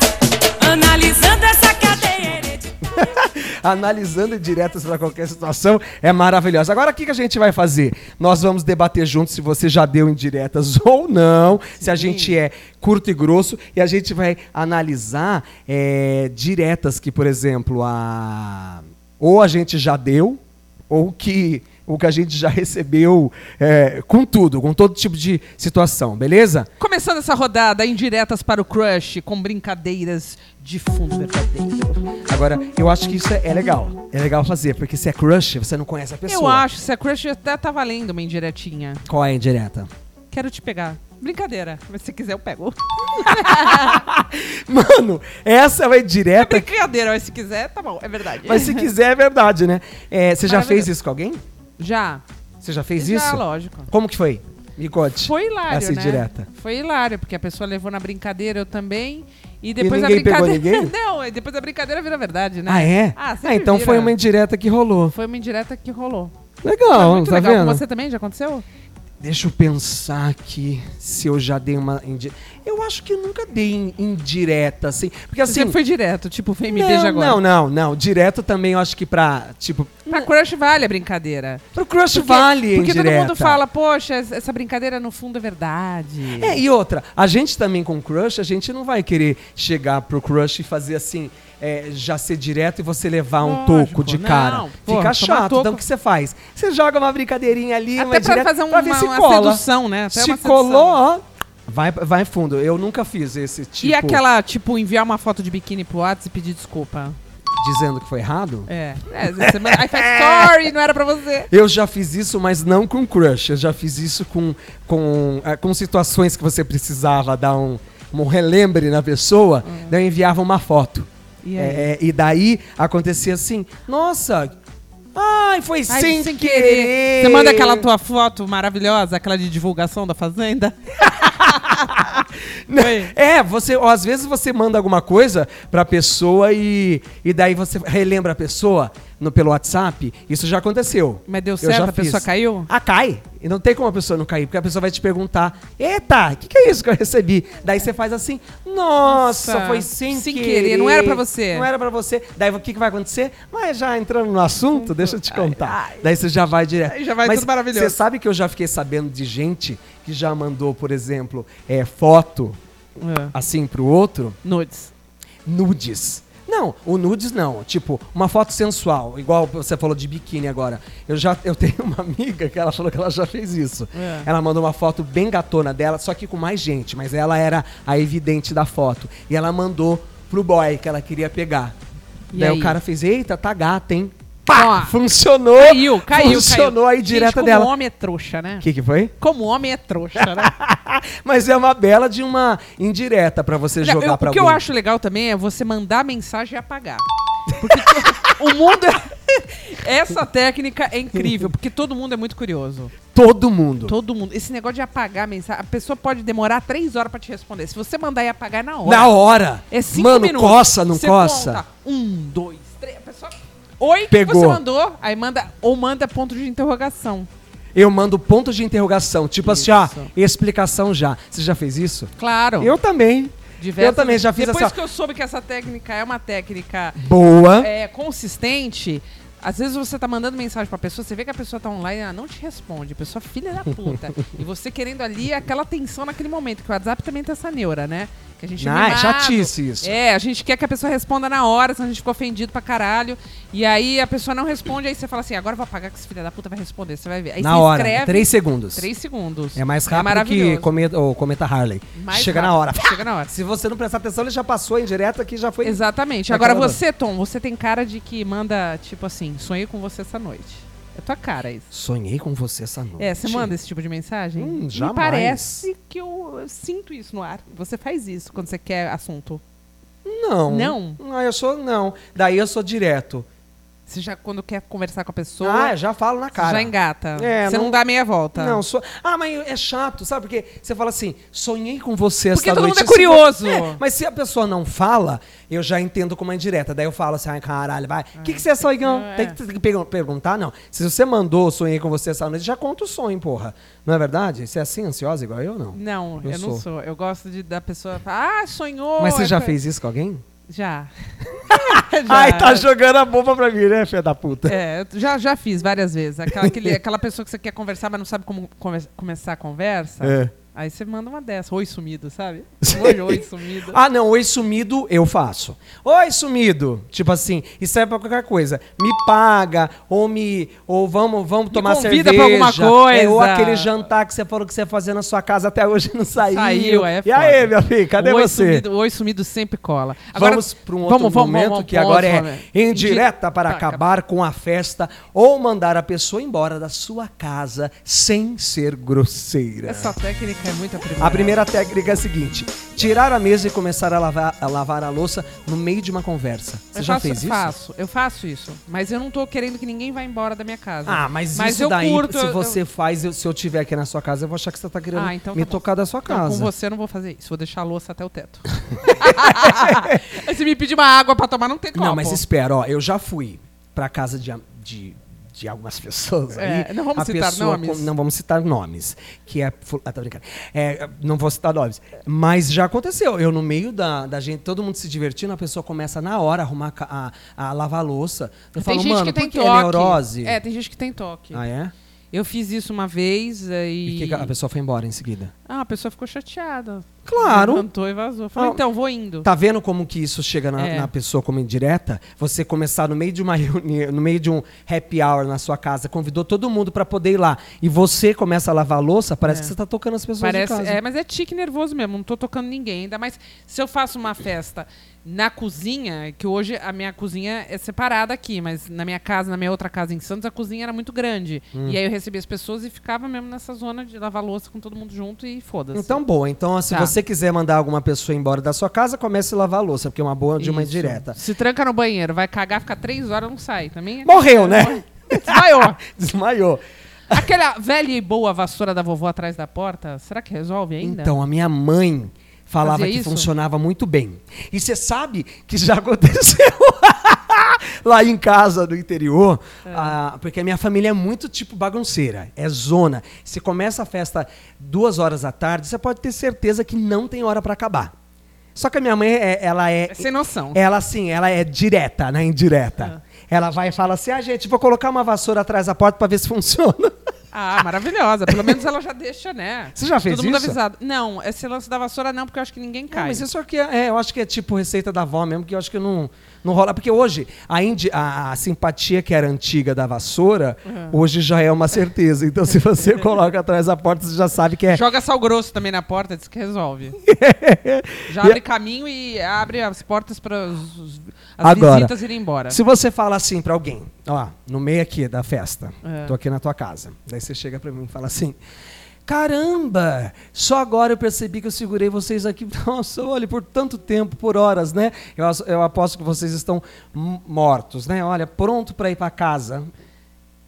Speaker 4: Analisando essa cadeia hereditária.
Speaker 2: analisando diretas para qualquer situação é maravilhosa. Agora, o que, que a gente vai fazer? Nós vamos debater juntos se você já deu indiretas ou não, se a gente é curto e grosso, e a gente vai analisar é, diretas que, por exemplo, a ou a gente já deu, ou que o que a gente já recebeu é, com tudo, com todo tipo de situação, beleza?
Speaker 3: Começando essa rodada, indiretas para o crush, com brincadeiras de fundo verdadeiro.
Speaker 2: Agora, eu acho que isso é, é legal. É legal fazer, porque se é crush, você não conhece a pessoa.
Speaker 3: Eu acho, se é crush até tá valendo uma indiretinha.
Speaker 2: Qual é a indireta?
Speaker 3: Quero te pegar. Brincadeira, mas se quiser eu pego.
Speaker 2: Mano, essa vai
Speaker 3: É
Speaker 2: direta.
Speaker 3: brincadeira, mas se quiser, tá bom, é verdade.
Speaker 2: Mas se quiser, é verdade, né? É, você já
Speaker 3: Maravilhoso.
Speaker 2: fez isso com alguém?
Speaker 3: Já.
Speaker 2: Você já fez
Speaker 3: Já,
Speaker 2: isso?
Speaker 3: lógico.
Speaker 2: Como que foi? Me conte.
Speaker 3: Foi hilário,
Speaker 2: Essa
Speaker 3: né?
Speaker 2: Assim, direta.
Speaker 3: Foi hilário, porque a pessoa levou na brincadeira, eu também. E depois a
Speaker 2: ninguém pegou
Speaker 3: brincadeira.
Speaker 2: ninguém?
Speaker 3: Não, e depois a brincadeira vira verdade, né?
Speaker 2: Ah, é?
Speaker 3: Ah, sempre
Speaker 2: então
Speaker 3: vira.
Speaker 2: foi uma indireta que rolou.
Speaker 3: Foi uma indireta que rolou.
Speaker 2: Legal,
Speaker 3: Foi muito
Speaker 2: tá
Speaker 3: legal. Com
Speaker 2: vendo?
Speaker 3: você também já aconteceu?
Speaker 2: Deixa eu pensar aqui se eu já dei uma indireta. Eu acho que eu nunca dei in- indireta, assim. Porque
Speaker 3: Você
Speaker 2: assim.
Speaker 3: foi direto, tipo, vem me
Speaker 2: não,
Speaker 3: beija agora.
Speaker 2: Não, não, não. Direto também eu acho que pra, tipo.
Speaker 3: Pra crush vale a brincadeira.
Speaker 2: Pro Crush Vale,
Speaker 3: Porque todo
Speaker 2: indireta.
Speaker 3: mundo fala, poxa, es- essa brincadeira no fundo é verdade.
Speaker 2: É, e outra, a gente também com crush, a gente não vai querer chegar pro crush e fazer assim, é, já ser direto e você levar um
Speaker 3: Lógico,
Speaker 2: toco de
Speaker 3: não.
Speaker 2: cara.
Speaker 3: Pô,
Speaker 2: Fica
Speaker 3: tomar
Speaker 2: chato.
Speaker 3: toco.
Speaker 2: Então o que você faz? Você joga uma brincadeirinha ali,
Speaker 3: Até
Speaker 2: uma
Speaker 3: pra
Speaker 2: direta,
Speaker 3: fazer um-
Speaker 2: pra ver se
Speaker 3: uma
Speaker 2: cola.
Speaker 3: sedução, né? Até
Speaker 2: se
Speaker 3: uma sedução.
Speaker 2: colou, ó, vai, vai fundo. Eu nunca fiz esse tipo
Speaker 3: E aquela, tipo, enviar uma foto de biquíni pro WhatsApp e pedir desculpa.
Speaker 2: dizendo que foi errado.
Speaker 3: É. é você manda- aí faz sorry, não era pra você.
Speaker 2: Eu já fiz isso, mas não com crush. Eu já fiz isso com, com, ah, com situações que você precisava dar um, um relembre na pessoa. Daí eu enviava uma foto.
Speaker 3: Hum. E aí?
Speaker 2: É, é, e daí acontecia assim, nossa, ai, foi
Speaker 3: Ai,
Speaker 2: sem, querer.
Speaker 3: Você manda aquela tua foto maravilhosa, aquela de divulgação da fazenda.
Speaker 2: Não,
Speaker 3: Foi.
Speaker 2: É, você, ou às vezes você manda alguma coisa pra pessoa e, e daí você relembra a pessoa no, pelo WhatsApp. Isso já aconteceu.
Speaker 3: Mas deu
Speaker 2: Eu
Speaker 3: certo?
Speaker 2: já
Speaker 3: A pessoa
Speaker 2: fiz.
Speaker 3: caiu?
Speaker 2: Ah, cai. E não tem como a pessoa não cair, porque a pessoa vai te perguntar: Eita, o que, que é isso que eu recebi? Daí você faz assim: Nossa,
Speaker 3: Nossa,
Speaker 2: foi sem,
Speaker 3: sem querer, não era pra você."
Speaker 2: Não era pra você. Daí o que, que vai acontecer? Mas já entrando no assunto, deixa eu te contar. Daí você já vai direto.
Speaker 3: Aí já vai
Speaker 2: Mas
Speaker 3: tudo maravilhoso.
Speaker 2: Você sabe que eu já fiquei sabendo de gente que já mandou, por exemplo, é, foto
Speaker 3: É.
Speaker 2: assim pro outro,
Speaker 3: Nudes.
Speaker 2: nudes. Não, o nudes não. Tipo, uma foto sensual, igual você falou de biquíni agora. Eu já eu tenho uma amiga que ela falou que ela já fez isso.
Speaker 3: É.
Speaker 2: Ela mandou uma foto bem gatona dela, só que com mais gente, mas ela era a evidente da foto. E ela mandou pro boy que ela queria pegar.
Speaker 3: E
Speaker 2: Daí
Speaker 3: aí?
Speaker 2: o cara fez: "Eita, tá gata, hein?"
Speaker 3: Ó,
Speaker 2: Pá! funcionou.
Speaker 3: Caiu, caiu,
Speaker 2: Funcionou
Speaker 3: caiu.
Speaker 2: aí direta
Speaker 3: Gente,
Speaker 2: dela.
Speaker 3: como homem é trouxa, né?
Speaker 2: O que que foi?
Speaker 3: Como homem é trouxa, né?
Speaker 2: Mas é uma bela de uma indireta pra você
Speaker 3: Não,
Speaker 2: jogar
Speaker 3: eu-
Speaker 2: pra
Speaker 3: o que eu
Speaker 2: alguém.
Speaker 3: acho legal também é você mandar mensagem e apagar. Porque to- o mundo é... Essa técnica é incrível, porque todo mundo é muito curioso.
Speaker 2: Todo mundo.
Speaker 3: Todo mundo. Esse negócio de apagar mensagem, a pessoa pode demorar três horas pra te responder. Se você mandar e apagar é na hora.
Speaker 2: Na hora.
Speaker 3: É cinco
Speaker 2: Mano,
Speaker 3: minutos.
Speaker 2: coça, não
Speaker 3: Você
Speaker 2: coça?
Speaker 3: conta. Um, dois, três. A pessoa... Oi, que
Speaker 2: Pegou.
Speaker 3: você mandou? Aí manda... Ou manda ponto de interrogação.
Speaker 2: Eu mando ponto de interrogação. Tipo assim, ó,
Speaker 3: Isso.
Speaker 2: explicação já. Você já fez isso?
Speaker 3: Claro.
Speaker 2: Eu também.
Speaker 3: Diversas
Speaker 2: Eu também já fiz
Speaker 3: Depois
Speaker 2: essa.
Speaker 3: que eu soube que essa técnica é uma técnica
Speaker 2: Boa.
Speaker 3: é, consistente. Às vezes você tá mandando mensagem pra pessoa, você vê que a pessoa tá online, ela não te responde. A pessoa é filha da puta. e você querendo ali aquela tensão naquele momento, que o WhatsApp também tem essa neura, né? Que a gente
Speaker 2: Ah, é
Speaker 3: mimado.
Speaker 2: chatice isso.
Speaker 3: É, a gente quer que a pessoa responda na hora, senão a gente fica ofendido pra caralho. E aí a pessoa não responde, aí você fala assim, agora eu vou apagar que esse filho da puta vai responder. Você vai ver. Aí
Speaker 2: na
Speaker 3: você
Speaker 2: hora.
Speaker 3: escreve.
Speaker 2: Três segundos.
Speaker 3: três segundos.
Speaker 2: É mais rápido que
Speaker 3: maravilhoso.
Speaker 2: cometa, ou cometa Harley.
Speaker 3: Mais
Speaker 2: Chega na
Speaker 3: rápido.
Speaker 2: hora.
Speaker 3: Chega na hora.
Speaker 2: Se você não prestar atenção, ele já passou em direto aqui, já foi.
Speaker 3: Exatamente.
Speaker 2: Vai
Speaker 3: Agora
Speaker 2: calando.
Speaker 3: você, Tom, você tem cara de que manda, tipo assim, sonhei com você essa noite. É tua cara isso.
Speaker 2: Sonhei com você essa noite.
Speaker 3: É, você manda esse tipo de mensagem?
Speaker 2: Hum,
Speaker 3: Me
Speaker 2: jamais.
Speaker 3: parece que eu sinto isso no ar. Você faz isso quando você quer assunto.
Speaker 2: Não.
Speaker 3: Não?
Speaker 2: Ah, eu sou. Não. Daí eu sou direto.
Speaker 3: Você já, quando quer conversar com a pessoa,
Speaker 2: Ah, já falo na
Speaker 3: você
Speaker 2: cara.
Speaker 3: já engata.
Speaker 2: É,
Speaker 3: você não...
Speaker 2: não-
Speaker 3: dá meia volta.
Speaker 2: Não, sou. Ah, mas é chato, sabe? Porque você fala assim, sonhei com você
Speaker 3: Porque
Speaker 2: essa
Speaker 3: todo
Speaker 2: noite.
Speaker 3: mundo é curioso.
Speaker 2: É, mas se a pessoa não fala, eu já entendo como é indireta. Daí eu falo assim, ai, caralho, vai. O que, que você é sonhão?
Speaker 3: É.
Speaker 2: Tem, que, tem que pergun- perguntar, não. Se você mandou sonhei com você essa noite, já conta o sonho, porra. Não é verdade? Você é assim, ansiosa igual eu, não?
Speaker 3: Não, eu,
Speaker 2: Eu
Speaker 3: não
Speaker 2: sou.
Speaker 3: sou. Eu gosto de da pessoa falar, ah, sonhou.
Speaker 2: Mas você
Speaker 3: é
Speaker 2: já
Speaker 3: co-
Speaker 2: fez isso com alguém?
Speaker 3: Já.
Speaker 2: Ai, tá jogando a bomba pra mim, né, filha da puta?
Speaker 3: É, eu já, já fiz várias vezes. Aquela, aquele- aquela pessoa que você quer conversar, mas não sabe como conver- começar a conversa.
Speaker 2: É.
Speaker 3: Aí você manda uma dessa. Oi, sumido, sabe? Oi, oi, sumido.
Speaker 2: Ah, não, oi sumido eu faço. Oi sumido, tipo assim, isso é pra qualquer coisa. Me paga, ou me. Ou vamos, vamos tomar
Speaker 3: convida
Speaker 2: cerveja.
Speaker 3: pra alguma
Speaker 2: É, ou
Speaker 3: coisa.
Speaker 2: aquele jantar que você falou que você ia fazer na sua casa até hoje não saiu.
Speaker 3: Saiu, é
Speaker 2: E
Speaker 3: foda.
Speaker 2: aí, minha filha, cadê
Speaker 3: oi,
Speaker 2: você?
Speaker 3: Sumido, oi, sumido sempre cola.
Speaker 2: vamos para um outro
Speaker 3: vamos, vamos,
Speaker 2: momento
Speaker 3: vamos,
Speaker 2: que
Speaker 3: vamos,
Speaker 2: agora
Speaker 3: vamos.
Speaker 2: é indireta para
Speaker 3: Tá,
Speaker 2: acabar com a festa ou mandar a pessoa embora da sua casa sem ser grosseira.
Speaker 3: Essa técnica é muito
Speaker 2: A
Speaker 3: aprimorada.
Speaker 2: primeira técnica é a seguinte: tirar a mesa e começar a lavar a, lavar a louça no meio de uma conversa. Você
Speaker 3: Eu
Speaker 2: já
Speaker 3: faço-
Speaker 2: fez isso?
Speaker 3: Faço, eu faço isso. Mas eu não tô querendo que ninguém vá embora da minha casa.
Speaker 2: Ah, mas, isso
Speaker 3: eu
Speaker 2: daí,
Speaker 3: curto,
Speaker 2: se
Speaker 3: eu-
Speaker 2: você faz, eu- se eu tiver aqui na sua casa, eu vou achar que você tá querendo
Speaker 3: Ah, então
Speaker 2: me
Speaker 3: tá bom.
Speaker 2: tocar da sua
Speaker 3: Então,
Speaker 2: casa.
Speaker 3: com você eu não vou fazer isso. Vou deixar a louça até o teto. Se me pedir uma água pra tomar, não tem como.
Speaker 2: Não, mas espera, ó, eu já fui pra casa de, am- de, de algumas pessoas
Speaker 3: É,
Speaker 2: aí.
Speaker 3: não vamos
Speaker 2: A
Speaker 3: citar
Speaker 2: pessoa
Speaker 3: nomes.
Speaker 2: com- não vamos citar nomes. Que é. fu- Ah, tá brincando. É, não vou citar nomes. Mas já aconteceu. Eu, no meio da, da gente, todo mundo se divertindo, a pessoa começa na hora a arrumar a ca- a, a lavar a louça. Eu falo, mano, por que é neurose?
Speaker 3: É, tem gente que tem toque.
Speaker 2: Ah, é?
Speaker 3: Eu fiz isso uma vez
Speaker 2: E,
Speaker 3: aí.
Speaker 2: que a pessoa foi embora em seguida.
Speaker 3: Ah, a pessoa ficou chateada.
Speaker 2: Claro.
Speaker 3: Levantou e vazou. Falei,
Speaker 2: Ah,
Speaker 3: então, vou indo.
Speaker 2: Tá vendo como que isso chega na,
Speaker 3: É.
Speaker 2: na pessoa como indireta? Você começar no meio de uma reunião, no meio de um happy hour na sua casa, convidou todo mundo pra poder ir lá e você começa a lavar a louça, parece que você tá tocando as pessoas
Speaker 3: É. Parece,
Speaker 2: de casa.
Speaker 3: é, mas é tique nervoso mesmo, não tô tocando ninguém. Ainda mais se eu faço uma festa na cozinha, que hoje a minha cozinha é separada aqui, mas na minha casa, na minha outra casa em Santos, a cozinha era muito grande.
Speaker 2: Hum.
Speaker 3: E aí eu recebia as pessoas e ficava mesmo nessa zona de lavar louça com todo mundo junto e foda-se.
Speaker 2: Então, boa. Então, se
Speaker 3: Tá.
Speaker 2: você quiser mandar alguma pessoa embora da sua casa, comece a lavar a louça, porque é uma boa de uma
Speaker 3: Isso.
Speaker 2: indireta.
Speaker 3: Se tranca no banheiro, vai cagar, fica três horas, não sai. Também é-
Speaker 2: Morreu, né?
Speaker 3: Desmaiou.
Speaker 2: Desmaiou.
Speaker 3: Aquela velha e boa vassoura da vovó atrás da porta, será que resolve ainda?
Speaker 2: Então, a minha mãe falava
Speaker 3: Fazia
Speaker 2: que
Speaker 3: isso?
Speaker 2: funcionava muito bem. E você sabe que já aconteceu lá em casa, no interior,
Speaker 3: É.
Speaker 2: ah, porque a minha família é muito tipo bagunceira, é zona. Se começa a festa duas horas da tarde, você pode ter certeza que não tem hora pra acabar. Só que a minha mãe, é- ela é...
Speaker 3: É sem noção.
Speaker 2: Ela, assim, ela é direta, né? Indireta.
Speaker 3: É.
Speaker 2: Ela vai e fala assim, ah, gente, vou colocar uma vassoura atrás da porta pra ver se funciona.
Speaker 3: Ah, maravilhosa. Pelo menos ela já deixa, né?
Speaker 2: Você já fez
Speaker 3: Todo mundo
Speaker 2: isso?
Speaker 3: avisado. Não, esse lance da vassoura não, porque eu acho que ninguém
Speaker 2: Não,
Speaker 3: cai.
Speaker 2: mas isso aqui é, é, eu acho que é tipo receita da avó mesmo, que eu acho que não, não rola. Porque hoje, a, indi- a- a simpatia que era antiga da vassoura, hoje já é uma certeza. Então, se você coloca atrás da porta, você já sabe que é.
Speaker 3: Joga sal grosso também na porta, diz que resolve. Já
Speaker 2: E
Speaker 3: abre caminho e abre as portas para as
Speaker 2: Agora,
Speaker 3: visitas irem embora.
Speaker 2: Se você fala assim pra alguém, ó, no meio aqui da festa,
Speaker 3: É.
Speaker 2: tô aqui na tua casa. Daí você chega pra mim e fala assim: Caramba, só agora eu percebi que eu segurei vocês aqui. Nossa, olha, por tanto tempo, por horas, né? Eu, as- eu aposto que vocês estão m- mortos, né? Olha, pronto pra ir pra casa.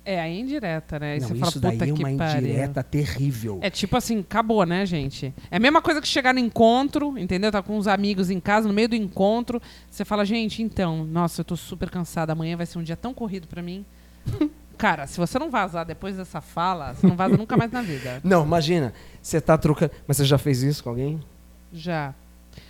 Speaker 3: É a indireta, né? Aí
Speaker 2: Não,
Speaker 3: você
Speaker 2: isso
Speaker 3: fala,
Speaker 2: daí
Speaker 3: puta
Speaker 2: é
Speaker 3: que
Speaker 2: uma
Speaker 3: pariu.
Speaker 2: indireta terrível.
Speaker 3: É tipo assim, acabou, né, gente? É a mesma coisa que chegar no encontro, entendeu? Tá com uns amigos em casa, no meio do encontro, você fala, gente, então, nossa, eu tô super cansada, amanhã vai ser um dia tão corrido pra mim. Cara, se você não vazar depois dessa fala, você não vaza nunca mais na vida.
Speaker 2: Não, imagina, você tá trocando. Mas você já fez isso com alguém?
Speaker 3: Já.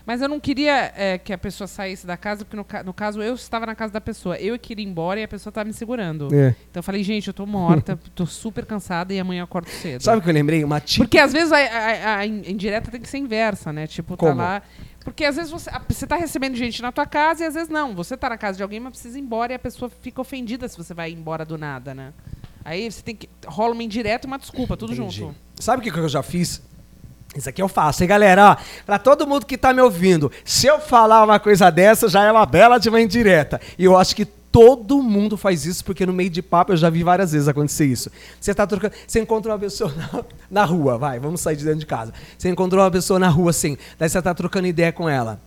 Speaker 3: Mas eu não queria é, que a pessoa saísse da casa, porque no, ca- no caso eu estava na casa da pessoa. Eu queria ir embora e a pessoa estava me segurando.
Speaker 2: É.
Speaker 3: Então eu falei, gente, eu tô morta, tô super cansada e amanhã eu acordo cedo.
Speaker 2: Sabe o que eu lembrei? Uma tia.
Speaker 3: É. Porque às vezes a, a- a in- indireta tem que ser inversa, né? Tipo,
Speaker 2: Como?
Speaker 3: tá lá. Porque às vezes você, a- você tá recebendo gente na tua casa e às vezes não. Você tá na casa de alguém, mas precisa ir embora e a pessoa fica ofendida se você vai embora do nada, né? Aí você tem que. rola uma indireta e uma desculpa, tudo
Speaker 2: Entendi.
Speaker 3: junto.
Speaker 2: Sabe o que que eu já fiz? Isso aqui eu faço, hein, galera? Ó, pra todo mundo que tá me ouvindo, se eu falar uma coisa dessa, já é uma bela de uma indireta. E eu acho que todo mundo faz isso, porque no meio de papo eu já vi várias vezes acontecer isso. Você tá trocando. Você encontra uma pessoa na, na rua, vai, vamos sair de dentro de casa. Você encontrou uma pessoa na rua, assim, daí você tá trocando ideia com ela.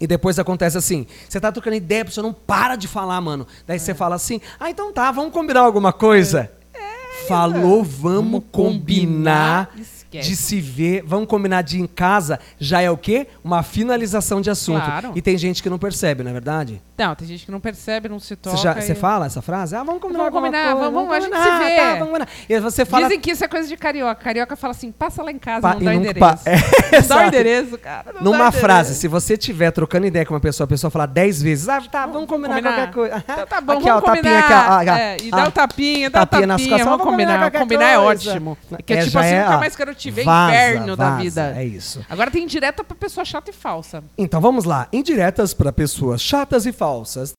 Speaker 2: E depois acontece assim, você tá trocando ideia, a pessoa não para de falar, mano. Daí
Speaker 3: É.
Speaker 2: você fala assim, ah, então tá, vamos combinar alguma coisa. Falou, vamos
Speaker 3: é, Vamos
Speaker 2: combinar
Speaker 3: combinar,
Speaker 2: de
Speaker 3: esquece.
Speaker 2: se ver, vamos combinar de ir em casa, já é o quê? Uma finalização de assunto.
Speaker 3: Claro.
Speaker 2: E tem gente que não percebe, não é verdade?
Speaker 3: Não, tem gente que não percebe, não se toca.
Speaker 2: Você, já,
Speaker 3: e-
Speaker 2: você fala essa frase? Ah, vamos combinar
Speaker 3: Vamos
Speaker 2: alguma
Speaker 3: combinar,
Speaker 2: coisa,
Speaker 3: vamos- a gente se
Speaker 2: combinar,
Speaker 3: vê.
Speaker 2: tá, vamos combinar. E você fala...
Speaker 3: Dizem que isso é coisa de carioca. Carioca fala assim, passa lá em casa,
Speaker 2: Pa-
Speaker 3: não
Speaker 2: e
Speaker 3: dá o
Speaker 2: nunca
Speaker 3: endereço.
Speaker 2: pa- É,
Speaker 3: não dá o
Speaker 2: exato.
Speaker 3: endereço, cara. não dá o
Speaker 2: Numa
Speaker 3: endereço.
Speaker 2: frase, se você tiver trocando ideia com uma pessoa, a pessoa falar 10 vezes, ah, tá, vamos combinar,
Speaker 3: combinar.
Speaker 2: qualquer coisa. Ah,
Speaker 3: Então tá bom,
Speaker 2: Aqui, ó,
Speaker 3: vamos
Speaker 2: o tapinha
Speaker 3: combinar.
Speaker 2: aqui, ó, ó,
Speaker 3: É, e
Speaker 2: ó,
Speaker 3: dá o tapinha, dá o
Speaker 2: nas
Speaker 3: tapinha,
Speaker 2: costas,
Speaker 3: vamos combinar.
Speaker 2: qualquer
Speaker 3: Combinar é
Speaker 2: coisa.
Speaker 3: ótimo. Que é tipo
Speaker 2: já
Speaker 3: assim, nunca
Speaker 2: ó,
Speaker 3: mais quero te ver,
Speaker 2: vaza,
Speaker 3: inferno da
Speaker 2: vaza,
Speaker 3: vida.
Speaker 2: É isso.
Speaker 3: Agora tem direta pra pessoa chata e falsa.
Speaker 2: Então vamos lá, indiretas para pessoas chatas e falsas.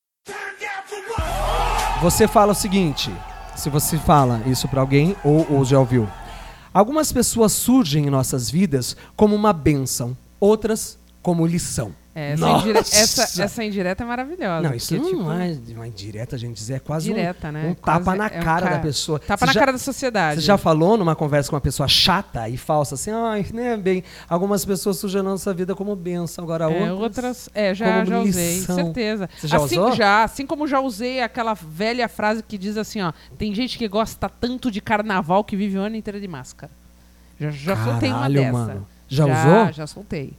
Speaker 2: Você fala o seguinte, se você fala isso para alguém ou, ou já ouviu. Algumas pessoas surgem em nossas vidas como uma bênção, outras como lição.
Speaker 3: É, essa,
Speaker 2: Nossa!
Speaker 3: indire- essa, essa indireta é maravilhosa.
Speaker 2: Não, isso
Speaker 3: porque,
Speaker 2: não
Speaker 3: tipo,
Speaker 2: é uma indireta, gente. Isso é quase um-
Speaker 3: direta, né?
Speaker 2: um,
Speaker 3: É
Speaker 2: tapa
Speaker 3: quase-
Speaker 2: na
Speaker 3: é um
Speaker 2: cara
Speaker 3: ca-
Speaker 2: da pessoa.
Speaker 3: Tapa
Speaker 2: Você
Speaker 3: na
Speaker 2: já-
Speaker 3: cara da sociedade.
Speaker 2: Você já falou numa conversa com uma pessoa chata e falsa, assim, ai, né, bem, algumas pessoas sujam a nossa vida como benção, agora
Speaker 3: É,
Speaker 2: outras...
Speaker 3: outras. É, já,
Speaker 2: como
Speaker 3: já usei,
Speaker 2: lição.
Speaker 3: certeza.
Speaker 2: Você já
Speaker 3: assim,
Speaker 2: usou?
Speaker 3: já, assim como já usei aquela velha frase que diz assim, ó, tem gente que gosta tanto de carnaval que vive o ano inteiro de máscara. Já, já soltei uma
Speaker 2: Caralho,
Speaker 3: dessa.
Speaker 2: mano. Já usou?
Speaker 3: Já soltei.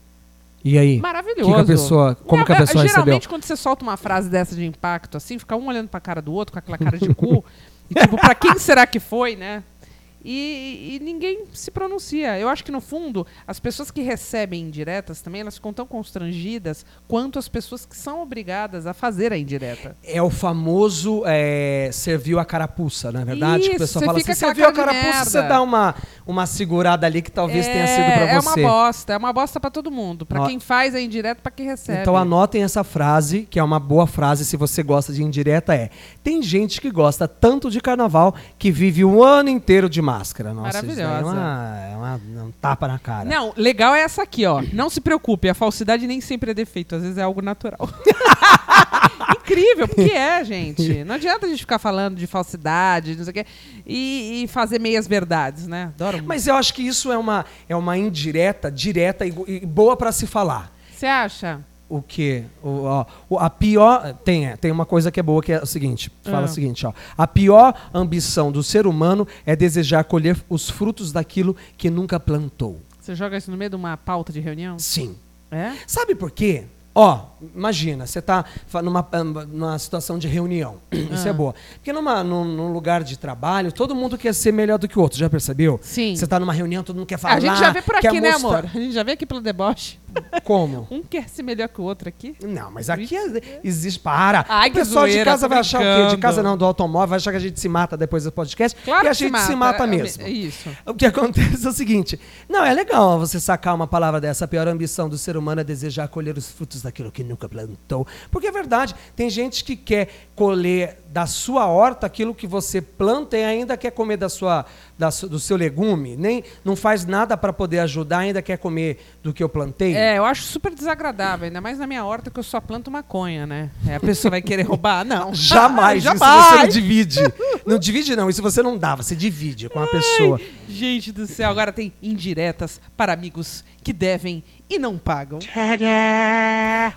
Speaker 2: E aí?
Speaker 3: Maravilhoso.
Speaker 2: Que que a pessoa- como
Speaker 3: Não, é,
Speaker 2: que a pessoa
Speaker 3: Geralmente,
Speaker 2: recebeu?
Speaker 3: quando você solta uma frase dessa de impacto, assim, fica um olhando pra cara do outro, com aquela cara de cu. e, tipo, pra quem será que foi, né? E, e ninguém se pronuncia. Eu acho que, no fundo, as pessoas que recebem indiretas também, elas ficam tão constrangidas quanto as pessoas que são obrigadas a fazer a indireta.
Speaker 2: É o famoso é, serviu a carapuça, não é verdade? que a
Speaker 3: Isso,
Speaker 2: pessoa
Speaker 3: você
Speaker 2: fala
Speaker 3: fica
Speaker 2: assim,
Speaker 3: com a
Speaker 2: serviu a
Speaker 3: cara de
Speaker 2: carapuça, você
Speaker 3: merda.
Speaker 2: dá uma, uma segurada ali que talvez tenha sido
Speaker 3: é
Speaker 2: pra
Speaker 3: uma
Speaker 2: você.
Speaker 3: bosta. É uma bosta pra todo mundo. Pra
Speaker 2: Ó.
Speaker 3: quem faz a indireta, pra quem recebe.
Speaker 2: Então anotem essa frase, que é uma boa frase se você gosta de indireta, é Tem gente que gosta tanto de carnaval que vive um ano inteiro de máscara. Nossa, isso daí é,
Speaker 3: Maravilhosa.
Speaker 2: uma, é uma- é um tapa na cara.
Speaker 3: Não, legal é essa aqui, ó. Não se preocupe, a falsidade nem sempre é defeito, às vezes é algo natural. Incrível, porque é, gente. Não adianta a gente ficar falando de falsidade, não sei o quê, e, e fazer meias verdades, né? Adoro muito.
Speaker 2: Mas eu acho que isso é uma, é uma indireta, direta e, go- e boa pra se falar.
Speaker 3: Você acha?
Speaker 2: O quê? O, ó, o- a pior. Tem, tem uma coisa que é boa que é o seguinte: fala
Speaker 3: Ah.
Speaker 2: o seguinte, ó. A pior ambição do ser humano é desejar colher os frutos daquilo que nunca plantou.
Speaker 3: Você joga isso no meio de uma pauta de reunião?
Speaker 2: Sim.
Speaker 3: É?
Speaker 2: Sabe por quê? Ó, imagina, você tá fa- numa, ah, numa situação de reunião. Isso é
Speaker 3: Ah.
Speaker 2: boa. Porque numa, num, num lugar de trabalho, todo mundo quer ser melhor do que o outro, já percebeu?
Speaker 3: Sim.
Speaker 2: Você tá numa reunião, todo mundo quer falar.
Speaker 3: A gente já vê por aqui,
Speaker 2: quer
Speaker 3: né,
Speaker 2: mostrar-
Speaker 3: amor? A gente já vê aqui pelo deboche.
Speaker 2: Como?
Speaker 3: Um quer ser melhor que o outro aqui.
Speaker 2: Não, mas aqui é- existe. Para!
Speaker 3: Ai,
Speaker 2: o
Speaker 3: que
Speaker 2: pessoal de
Speaker 3: zoeira,
Speaker 2: casa
Speaker 3: tô
Speaker 2: vai achar o quê?
Speaker 3: brincando.
Speaker 2: De casa não, do automóvel, vai achar que a gente se mata depois do podcast.
Speaker 3: Claro
Speaker 2: e a
Speaker 3: que se
Speaker 2: gente se
Speaker 3: mata,
Speaker 2: mata
Speaker 3: é-
Speaker 2: mesmo.
Speaker 3: é isso.
Speaker 2: O que acontece é o seguinte: não, é legal você sacar uma palavra dessa. A pior ambição do ser humano é desejar colher os frutos daquilo que nunca plantou. Porque é verdade, tem gente que quer colher da sua horta aquilo que você planta e ainda quer comer da sua, da su- do seu legume, nem não faz nada para poder ajudar, ainda quer comer do que eu plantei.
Speaker 3: É, eu acho super desagradável, ainda mais na minha horta que eu só planto maconha, né? É, a pessoa vai querer roubar? Não.
Speaker 2: Jamais,
Speaker 3: Jamais.
Speaker 2: isso você não divide. Não divide, não. Isso você não dá, você divide com a pessoa.
Speaker 3: Gente do céu, agora tem indiretas para amigos que devem e não pagam.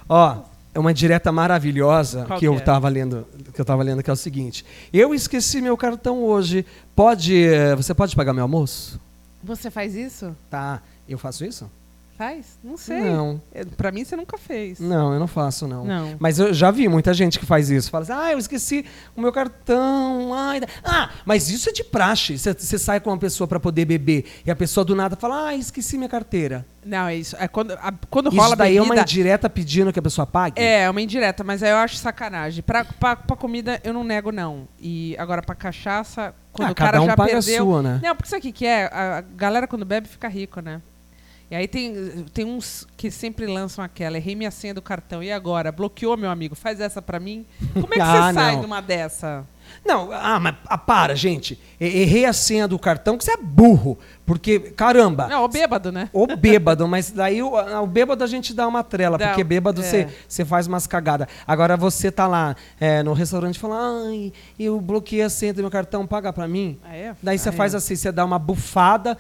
Speaker 2: Ó, é uma direta maravilhosa
Speaker 3: Qual
Speaker 2: que eu
Speaker 3: que é?
Speaker 2: tava lendo, que eu tava lendo, que é o seguinte: Eu esqueci meu cartão hoje. Pode. eh, Você pode pagar meu almoço?
Speaker 3: Você faz isso?
Speaker 2: Tá. Eu faço isso?
Speaker 3: Faz? Não sei.
Speaker 2: Não.
Speaker 3: É, Pra mim você nunca fez.
Speaker 2: Não, eu não faço, não.
Speaker 3: Não.
Speaker 2: Mas eu já vi muita gente que faz isso. Fala assim, ah, eu esqueci o meu cartão. Ai, da- ah, mas isso é de praxe. Você- Você sai com uma pessoa pra poder beber e a pessoa do nada fala, ah, esqueci minha carteira.
Speaker 3: Não, é isso. É quando, a- quando
Speaker 2: Isso
Speaker 3: rola
Speaker 2: daí é uma
Speaker 3: bebida-
Speaker 2: indireta pedindo que a pessoa pague?
Speaker 3: É, é uma indireta, mas aí eu acho sacanagem. Pra, pra, pra comida eu não nego, não. E agora pra cachaça, quando
Speaker 2: Ah,
Speaker 3: o cara
Speaker 2: cada um
Speaker 3: já
Speaker 2: paga a
Speaker 3: perdeu.
Speaker 2: sua, né?
Speaker 3: Não, porque sabe o que, que é? A a galera quando bebe fica rico, né? E aí tem, tem uns que sempre lançam aquela, errei minha senha do cartão. E agora? Bloqueou, meu amigo, faz essa pra mim? Como é que
Speaker 2: Ah,
Speaker 3: você sai
Speaker 2: não.
Speaker 3: de uma dessa?
Speaker 2: Não, ah, mas ah, para, gente. E- Errei a senha do cartão, que você é burro. Porque, caramba.
Speaker 3: Não, o bêbado, né?
Speaker 2: O bêbado, mas daí o, ah, o bêbado a gente dá uma trela,
Speaker 3: Dá,
Speaker 2: porque bêbado
Speaker 3: é.
Speaker 2: você você faz umas cagadas. Agora você tá lá é, no restaurante e fala, ai, eu bloqueei a senha do meu cartão, paga pra mim.
Speaker 3: Ah, é?
Speaker 2: Daí você
Speaker 3: Ah,
Speaker 2: faz
Speaker 3: é.
Speaker 2: assim, você dá uma bufada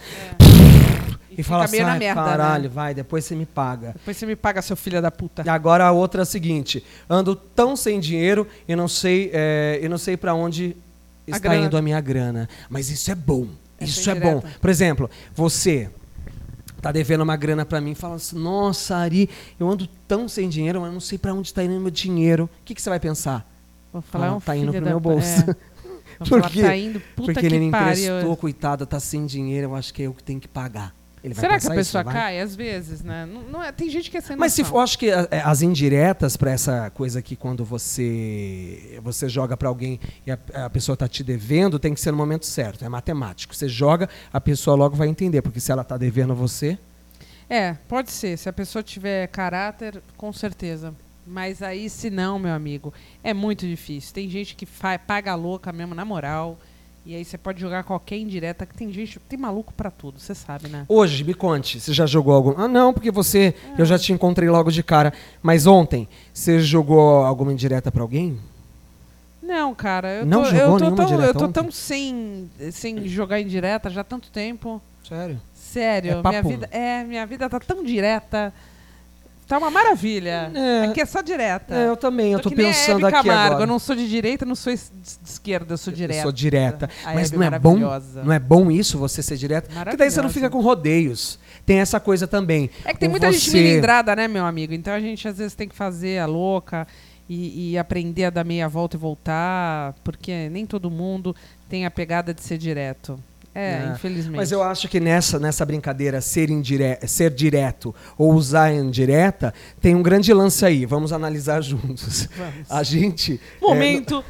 Speaker 2: e,
Speaker 3: E
Speaker 2: fala
Speaker 3: fica
Speaker 2: assim,
Speaker 3: meio na
Speaker 2: "Ai,
Speaker 3: merda, né?"
Speaker 2: caralho, vai, depois você me paga.
Speaker 3: Depois você me paga, seu filho da puta.
Speaker 2: E Agora a outra é a seguinte: ando tão sem dinheiro e não sei, é, eu não sei para onde
Speaker 3: A
Speaker 2: está
Speaker 3: grana.
Speaker 2: indo a minha grana. Mas isso é bom.
Speaker 3: Essa
Speaker 2: isso é,
Speaker 3: é
Speaker 2: bom.
Speaker 3: direta.
Speaker 2: Por exemplo, você tá devendo uma grana para mim, fala assim: "Nossa, Ari, eu ando tão sem dinheiro, mas não sei para onde está indo meu dinheiro". O que, que você vai pensar?
Speaker 3: Vou falar,
Speaker 2: Ah,
Speaker 3: é um
Speaker 2: tá indo
Speaker 3: filho
Speaker 2: pro
Speaker 3: da-
Speaker 2: meu bolso.
Speaker 3: é. Vou
Speaker 2: Por
Speaker 3: falar,
Speaker 2: quê?
Speaker 3: tá indo, puta
Speaker 2: Porque
Speaker 3: que
Speaker 2: ele me
Speaker 3: pariu.
Speaker 2: emprestou, coitado, tá sem dinheiro, eu acho que é eu que tenho que pagar. Ele vai
Speaker 3: Será que a
Speaker 2: pensar
Speaker 3: pessoa
Speaker 2: isso, não vai?
Speaker 3: cai? Às vezes, né? Não, não é, tem gente que é sem
Speaker 2: Mas se
Speaker 3: noção.
Speaker 2: for, acho que é, as indiretas pra essa coisa que quando você você joga pra alguém e a, a pessoa tá te devendo, tem que ser no momento certo, é matemático. Você joga, a pessoa logo vai entender, porque se ela tá devendo você,
Speaker 3: É, pode ser. Se a pessoa tiver caráter, com certeza. Mas aí, se não, meu amigo, é muito difícil. Tem gente que fa- paga a louca mesmo, na moral. E aí você pode jogar qualquer indireta, que tem gente, tem maluco pra tudo, você sabe, né?
Speaker 2: Hoje, me conte, você já jogou algum. Ah, não, porque você. Eu já te encontrei logo de cara. Mas ontem, você jogou alguma indireta pra alguém?
Speaker 3: Não, cara, eu
Speaker 2: Não
Speaker 3: tô,
Speaker 2: jogou
Speaker 3: eu tô
Speaker 2: nenhuma
Speaker 3: tão, eu
Speaker 2: direta
Speaker 3: tô
Speaker 2: ontem?
Speaker 3: tão sem, sem jogar indireta já há tanto tempo.
Speaker 2: Sério?
Speaker 3: Sério,
Speaker 2: É
Speaker 3: minha
Speaker 2: papo.
Speaker 3: vida, é, minha vida tá tão direta. Tá uma maravilha.
Speaker 2: É.
Speaker 3: Aqui é só direta.
Speaker 2: É, eu também, eu tô
Speaker 3: tô que nem a
Speaker 2: pensando
Speaker 3: Hebe
Speaker 2: aqui
Speaker 3: Camargo,
Speaker 2: agora.
Speaker 3: Eu não sou de direita, não sou es- de esquerda, eu sou direta.
Speaker 2: Eu sou direta.
Speaker 3: A
Speaker 2: Mas
Speaker 3: Hebe
Speaker 2: não é bom?
Speaker 3: maravilhosa.
Speaker 2: Não é bom isso, você ser direta? Porque daí você não
Speaker 3: Maravilhosa.
Speaker 2: fica com rodeios. Tem essa coisa também.
Speaker 3: É que tem
Speaker 2: O
Speaker 3: muita gente
Speaker 2: você-
Speaker 3: melindrada, né, meu amigo? Então a gente às vezes tem que fazer a louca e, e aprender a dar meia volta e voltar, porque nem todo mundo tem a pegada de ser direto. É,
Speaker 2: É.
Speaker 3: infelizmente.
Speaker 2: Mas eu acho que nessa, nessa brincadeira ser, indire... ser direto ou usar a indireta, tem um grande lance aí. Vamos analisar juntos.
Speaker 3: Vamos.
Speaker 2: A gente. é,
Speaker 3: Momento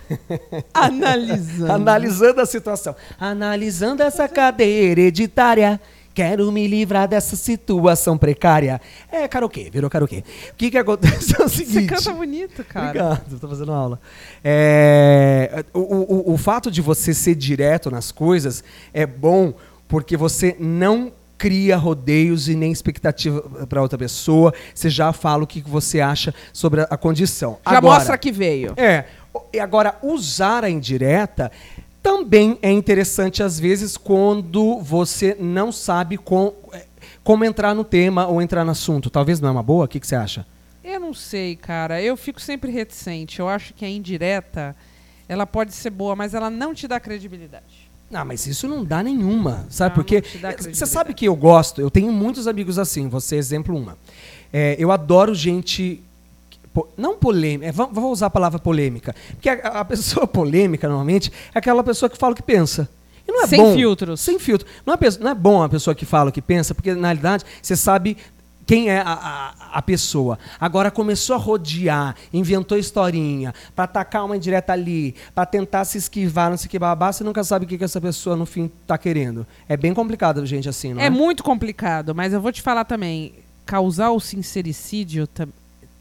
Speaker 3: analisando.
Speaker 2: Analisando a situação. Analisando essa cadeia hereditária. Quero me livrar dessa situação precária. É karaokê, virou karaokê. O que que acontece é o
Speaker 3: Você
Speaker 2: seguinte...
Speaker 3: canta bonito, cara.
Speaker 2: Obrigado, tô fazendo aula. É, o, o- o- o fato de você ser direto nas coisas é bom porque você não cria rodeios e nem expectativa para outra pessoa. Você já fala o que que você acha sobre a, a condição.
Speaker 3: Já
Speaker 2: Agora-
Speaker 3: mostra que veio.
Speaker 2: é. O- E agora, usar a indireta também é interessante, às vezes, quando você não sabe com- é, como entrar no tema ou entrar no assunto. Talvez não é uma boa? O que, que você acha?
Speaker 3: Eu não sei, cara. Eu fico sempre reticente. Eu acho que a indireta, ela pode ser boa, mas ela não te dá credibilidade.
Speaker 2: Ah, mas isso não dá nenhuma, sabe?
Speaker 3: Não,
Speaker 2: Porque
Speaker 3: não te dá
Speaker 2: você
Speaker 3: credibilidade.
Speaker 2: sabe que eu gosto, eu tenho muitos amigos assim, você é exemplo uma. É, eu adoro gente. que- po- Não polêmica, é, va- vou usar a palavra polêmica. Porque a, a pessoa polêmica, normalmente, é aquela pessoa que fala o que pensa. E não é
Speaker 3: Sem
Speaker 2: bom-
Speaker 3: filtros.
Speaker 2: Sem filtro. Não é, pe- não é bom a pessoa que fala o que pensa, porque na realidade você sabe quem é a, a- a pessoa. Agora começou a rodear, inventou historinha, pra atacar uma indireta ali, pra tentar se esquivar, não sei o que babá, você nunca sabe o que, que essa pessoa no fim tá querendo. É bem complicado, gente, assim, não é?
Speaker 3: É muito complicado, mas eu vou te falar também. Causar o sincericídio tam-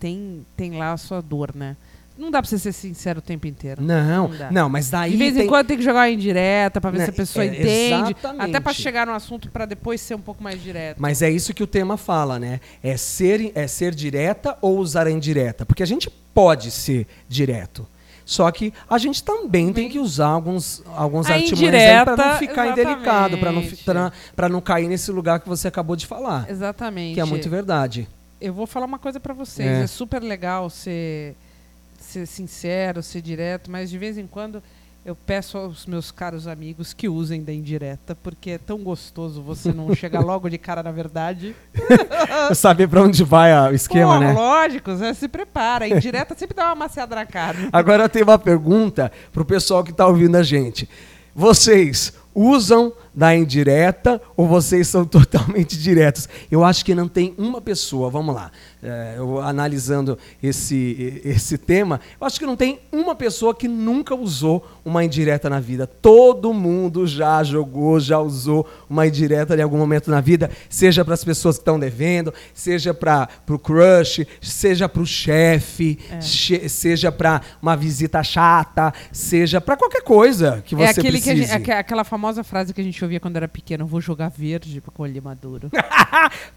Speaker 3: tem, tem lá a sua dor, né? Não dá pra você ser sincero o tempo inteiro.
Speaker 2: Não,
Speaker 3: dá.
Speaker 2: não, mas daí.
Speaker 3: De vez em
Speaker 2: tem-
Speaker 3: quando tem que jogar uma indireta pra ver
Speaker 2: Né,
Speaker 3: se a pessoa
Speaker 2: é,
Speaker 3: entende.
Speaker 2: exatamente.
Speaker 3: Até pra chegar no assunto pra depois ser um pouco mais direto.
Speaker 2: Mas é isso que o tema fala, né? É ser, é ser direta ou usar a indireta? Porque a gente pode ser direto. Só que a gente também tem que usar alguns, alguns
Speaker 3: A
Speaker 2: artimanhos para não
Speaker 3: indireta,
Speaker 2: ficar indelicado, para não, fi-
Speaker 3: exatamente.
Speaker 2: pra- pra não cair nesse lugar que você acabou de falar.
Speaker 3: Exatamente.
Speaker 2: Que é muito verdade.
Speaker 3: Eu vou falar uma coisa pra vocês.
Speaker 2: É.
Speaker 3: É. super legal ser, ser sincero, ser direto, mas de vez em quando eu peço aos meus caros amigos que usem da indireta, porque é tão gostoso você não chegar logo de cara na verdade.
Speaker 2: Saber para onde vai ah, o esquema,
Speaker 3: Pô,
Speaker 2: né?
Speaker 3: Lógico, você se prepara. A indireta sempre dá uma maciada na cara.
Speaker 2: Agora tem uma pergunta pro pessoal que tá ouvindo a gente. Vocês usam da indireta ou vocês são totalmente diretos? Eu acho que não tem uma pessoa, vamos lá, é, eu analisando esse, e- esse tema, eu acho que não tem uma pessoa que nunca usou uma indireta na vida. Todo mundo já jogou, já usou uma indireta em algum momento na vida, seja para as pessoas que estão devendo, seja para o crush, seja para o chefe,
Speaker 3: É.
Speaker 2: che- seja para uma visita chata, seja para qualquer coisa que você
Speaker 3: é aquele que a
Speaker 2: precise.
Speaker 3: gente- aque- aquela famosa frase que a gente ouvia quando era pequeno: vou jogar verde com olho maduro.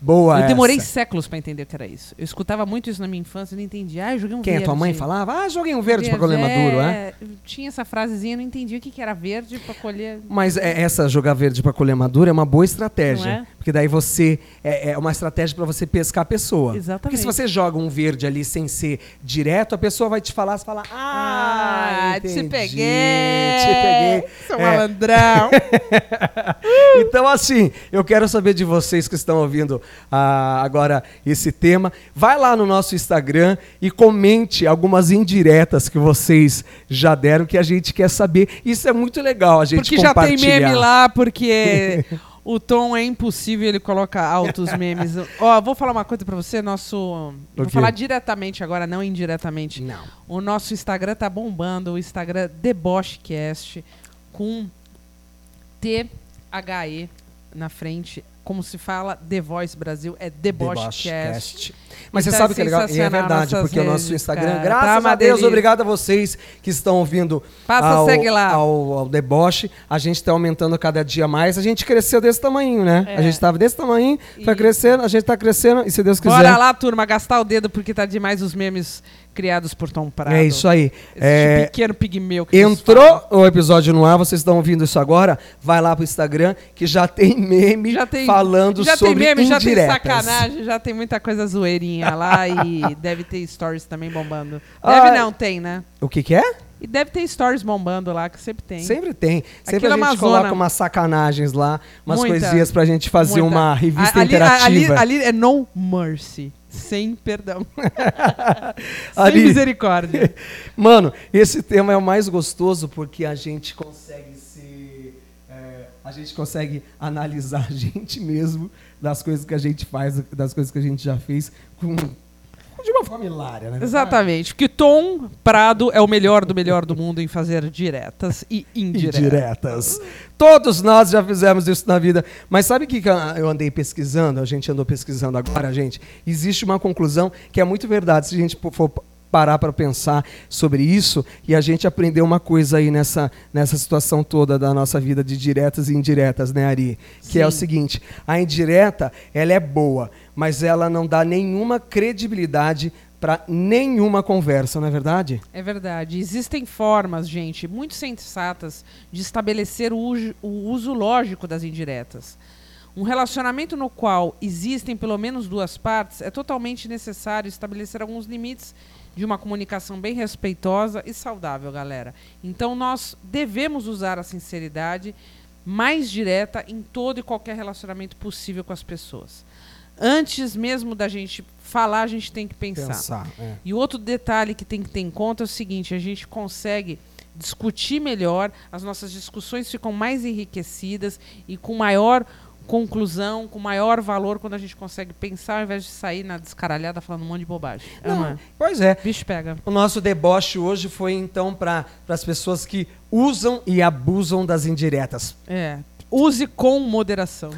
Speaker 2: Boa
Speaker 3: eu demorei
Speaker 2: Ah, essa.
Speaker 3: séculos pra entender o que era isso. Eu escutava muito isso na minha infância, eu não entendia. Ah, eu joguei um
Speaker 2: Quem? A
Speaker 3: verde.
Speaker 2: tua mãe falava? Ah, joguei um verde para colher maduro, é?
Speaker 3: Tinha essa frasezinha, eu não entendi o que, que era verde pra colher.
Speaker 2: Mas é- essa jogar verde para colher madura é uma boa estratégia.
Speaker 3: Não é?
Speaker 2: Porque daí você. É, é uma estratégia para você pescar a pessoa. Porque
Speaker 3: Exatamente.
Speaker 2: se você joga um verde ali sem ser direto, a pessoa vai te falar, você fala. Ah,
Speaker 3: Ah, te
Speaker 2: entendi,
Speaker 3: peguei!
Speaker 2: Te peguei.
Speaker 3: Seu
Speaker 2: É,
Speaker 3: malandrão!
Speaker 2: então, assim, eu quero saber de vocês que estão ouvindo ah, agora esse tema. Vai lá no nosso Instagram e comente algumas indiretas que vocês já deram, que a gente quer saber. Isso é muito legal, a gente
Speaker 3: porque já tem
Speaker 2: compartilhar.
Speaker 3: meme lá, porque o Tom é impossível, ele coloca altos memes. Ó, vou falar uma coisa pra você, nosso.
Speaker 2: O quê?
Speaker 3: Vou falar diretamente agora, não indiretamente.
Speaker 2: Não.
Speaker 3: O nosso Instagram tá bombando, o Instagram DebocheCast com T-H-E na frente. como se fala, The Voice Brasil, é Debochecast.
Speaker 2: Debochecast. Mas
Speaker 3: E
Speaker 2: você
Speaker 3: tá
Speaker 2: sabe que é legal, e é
Speaker 3: sensacional
Speaker 2: verdade,
Speaker 3: nossas
Speaker 2: porque o nosso
Speaker 3: redes,
Speaker 2: Instagram,
Speaker 3: cara. Tá
Speaker 2: graças
Speaker 3: uma
Speaker 2: a Deus,
Speaker 3: delícia.
Speaker 2: obrigado a vocês que estão ouvindo
Speaker 3: Passa,
Speaker 2: ao,
Speaker 3: segue lá.
Speaker 2: Ao, ao deboche. A gente está aumentando cada dia mais. A gente cresceu desse tamanho, né?
Speaker 3: É.
Speaker 2: A gente estava desse tamanho, foi crescendo, a gente está crescendo, e se Deus quiser.
Speaker 3: Bora lá, turma, gastar o dedo porque tá demais os memes criados por Tom Prado.
Speaker 2: É isso aí.
Speaker 3: Esse
Speaker 2: É,
Speaker 3: pequeno pigmeu que vocês
Speaker 2: Entrou o episódio no ar, vocês estão ouvindo isso agora? Vai lá pro Instagram que já tem meme
Speaker 3: já tem,
Speaker 2: falando
Speaker 3: já
Speaker 2: sobre
Speaker 3: tem meme, já tem
Speaker 2: indiretas.
Speaker 3: sacanagem, já tem muita coisa zoeirinha lá e deve ter stories também bombando. Deve
Speaker 2: Ai.
Speaker 3: não, tem, né?
Speaker 2: O que que é?
Speaker 3: E deve ter stories bombando lá, que sempre tem.
Speaker 2: Sempre tem. Sempre
Speaker 3: Aquilo é
Speaker 2: a gente
Speaker 3: uma
Speaker 2: coloca
Speaker 3: zona.
Speaker 2: umas sacanagens lá, umas
Speaker 3: Muita,
Speaker 2: coisinhas pra gente fazer
Speaker 3: muita.
Speaker 2: uma revista
Speaker 3: A- ali- a-
Speaker 2: interativa.
Speaker 3: Ali, ali é no mercy, sem perdão,
Speaker 2: Ali.
Speaker 3: sem misericórdia.
Speaker 2: Mano, esse tema é o mais gostoso porque a gente consegue se. é, a gente consegue analisar a gente mesmo das coisas que a gente faz, das coisas que a gente já fez, com, de uma forma hilária, né?
Speaker 3: Exatamente, porque Tom Prado é o melhor do melhor do mundo em fazer diretas e indiretas.
Speaker 2: indiretas. Todos nós já fizemos isso na vida. Mas sabe o que que a- eu andei pesquisando? A gente andou pesquisando agora, gente. Existe uma conclusão que é muito verdade. Se a gente po- for parar para pensar sobre isso e a gente aprender uma coisa aí nessa, nessa situação toda da nossa vida de diretas e indiretas, né, Ari? Que é o seguinte, a indireta, ela é boa, mas ela não dá nenhuma credibilidade para nenhuma conversa, não é verdade?
Speaker 3: É verdade. Existem formas, gente, muito sensatas de estabelecer o, uju- o uso lógico das indiretas. Um relacionamento no qual existem pelo menos duas partes é totalmente necessário estabelecer alguns limites de uma comunicação bem respeitosa e saudável, galera. Então nós devemos usar a sinceridade mais direta em todo e qualquer relacionamento possível com as pessoas. Antes mesmo da gente falar, a gente tem que pensar.
Speaker 2: é.
Speaker 3: E outro detalhe que tem que ter em conta é o seguinte: a gente consegue discutir melhor, as nossas discussões ficam mais enriquecidas e com maior conclusão, com maior valor quando a gente consegue pensar ao invés de sair na descaralhada falando um monte de bobagem. É
Speaker 2: Não,
Speaker 3: uma-
Speaker 2: pois é.
Speaker 3: Bicho pega.
Speaker 2: O nosso deboche hoje foi então para as pessoas que usam e abusam das indiretas.
Speaker 3: É. Use com moderação.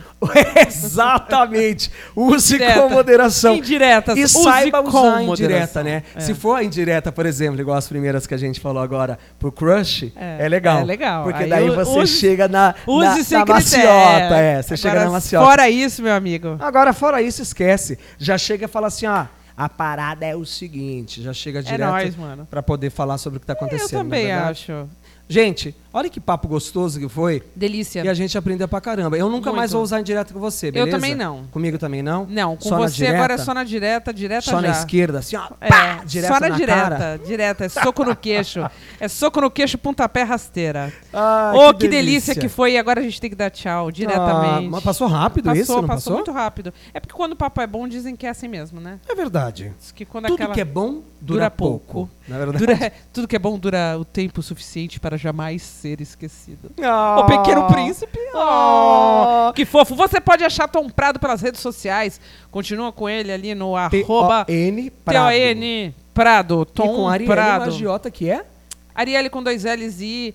Speaker 2: Exatamente. Use
Speaker 3: Direta.
Speaker 2: com moderação.
Speaker 3: Indiretas.
Speaker 2: E
Speaker 3: Use
Speaker 2: saiba
Speaker 3: com
Speaker 2: usar a indireta,
Speaker 3: moderação.
Speaker 2: né?
Speaker 3: É.
Speaker 2: Se for a indireta, por exemplo, igual as primeiras que a gente falou agora pro crush, é, legal.
Speaker 3: é legal.
Speaker 2: Porque
Speaker 3: Aí
Speaker 2: daí
Speaker 3: u-
Speaker 2: você
Speaker 3: use-
Speaker 2: chega na, na,
Speaker 3: Use sem
Speaker 2: na
Speaker 3: critério.
Speaker 2: maciota. É, você chega
Speaker 3: Agora,
Speaker 2: na maciota. Tá
Speaker 3: Fora isso, meu amigo.
Speaker 2: Agora, fora isso, esquece. Já chega e fala assim, ó. A parada é o seguinte, já chega direto
Speaker 3: É nóis, mano.
Speaker 2: pra poder falar sobre o que tá acontecendo.
Speaker 3: Eu
Speaker 2: não é
Speaker 3: também
Speaker 2: verdade?
Speaker 3: acho.
Speaker 2: Gente, olha que papo gostoso que foi.
Speaker 3: Delícia.
Speaker 2: E a gente aprendeu pra caramba. Eu nunca
Speaker 3: É. Muito.
Speaker 2: mais vou usar indireta com você, beleza?
Speaker 3: também não.
Speaker 2: Comigo também não?
Speaker 3: Não, com
Speaker 2: Só na
Speaker 3: você agora é
Speaker 2: direta?
Speaker 3: só na direta, direta
Speaker 2: Só
Speaker 3: já.
Speaker 2: na esquerda, assim, ó.
Speaker 3: É,
Speaker 2: pá, direto
Speaker 3: só na, direta,
Speaker 2: cara.
Speaker 3: direta, é soco no queixo. É soco no queixo, pontapé rasteira.
Speaker 2: Ah,
Speaker 3: oh,
Speaker 2: que
Speaker 3: que delícia.
Speaker 2: delícia
Speaker 3: que foi, e agora a gente tem que dar tchau diretamente.
Speaker 2: Ah, mas passou rápido
Speaker 3: passou,
Speaker 2: isso, não
Speaker 3: passou
Speaker 2: passou?
Speaker 3: muito rápido. É porque quando o papo é bom, dizem que é assim mesmo, né?
Speaker 2: É verdade.
Speaker 3: Diz que quando
Speaker 2: Tudo
Speaker 3: aquela
Speaker 2: que é bom dura, pouco. Na verdade.
Speaker 3: Dura- tudo que é bom dura o tempo suficiente para jamais ser esquecido.
Speaker 2: Ah.
Speaker 3: O Pequeno Príncipe.
Speaker 2: Ah.
Speaker 3: Oh, que fofo. Você pode achar Tom Prado pelas redes sociais. Continua com ele ali no arroba
Speaker 2: T-O-N Prado.
Speaker 3: T-O-N Prado.
Speaker 2: E com
Speaker 3: Tom
Speaker 2: Ariel
Speaker 3: Prado.
Speaker 2: Agiota, que é?
Speaker 3: Arielle com dois L's e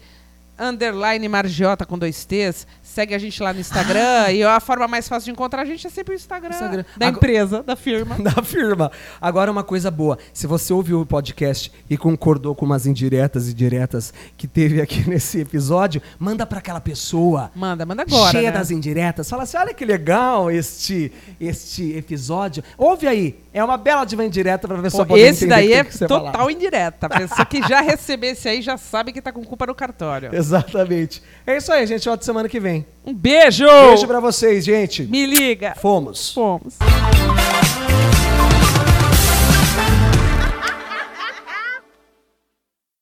Speaker 3: underline Margiota com dois T's. Segue a gente lá no Instagram. E a forma mais fácil de encontrar a gente é sempre o Instagram,
Speaker 2: Ah. Instagram.
Speaker 3: da
Speaker 2: Ago-
Speaker 3: empresa, da firma.
Speaker 2: da firma. Agora, uma coisa boa: se você ouviu o podcast e concordou com umas indiretas e diretas que teve aqui nesse episódio, manda pra aquela pessoa.
Speaker 3: Manda, manda agora.
Speaker 2: cheia
Speaker 3: né?
Speaker 2: das indiretas, fala assim: olha que legal este, este episódio. Ouve aí, é uma bela diva indireta pra pessoa
Speaker 3: Pô,
Speaker 2: poder
Speaker 3: esse
Speaker 2: entender o
Speaker 3: daí
Speaker 2: que
Speaker 3: é
Speaker 2: tem que ser
Speaker 3: total
Speaker 2: falado.
Speaker 3: indireta. A pessoa que já recebeu esse aí já sabe que tá com culpa no cartório.
Speaker 2: Exatamente. É isso aí, gente. Volta semana que vem.
Speaker 3: Um beijo!
Speaker 2: Beijo pra vocês, gente.
Speaker 3: Me liga!
Speaker 2: Fomos.
Speaker 3: Fomos.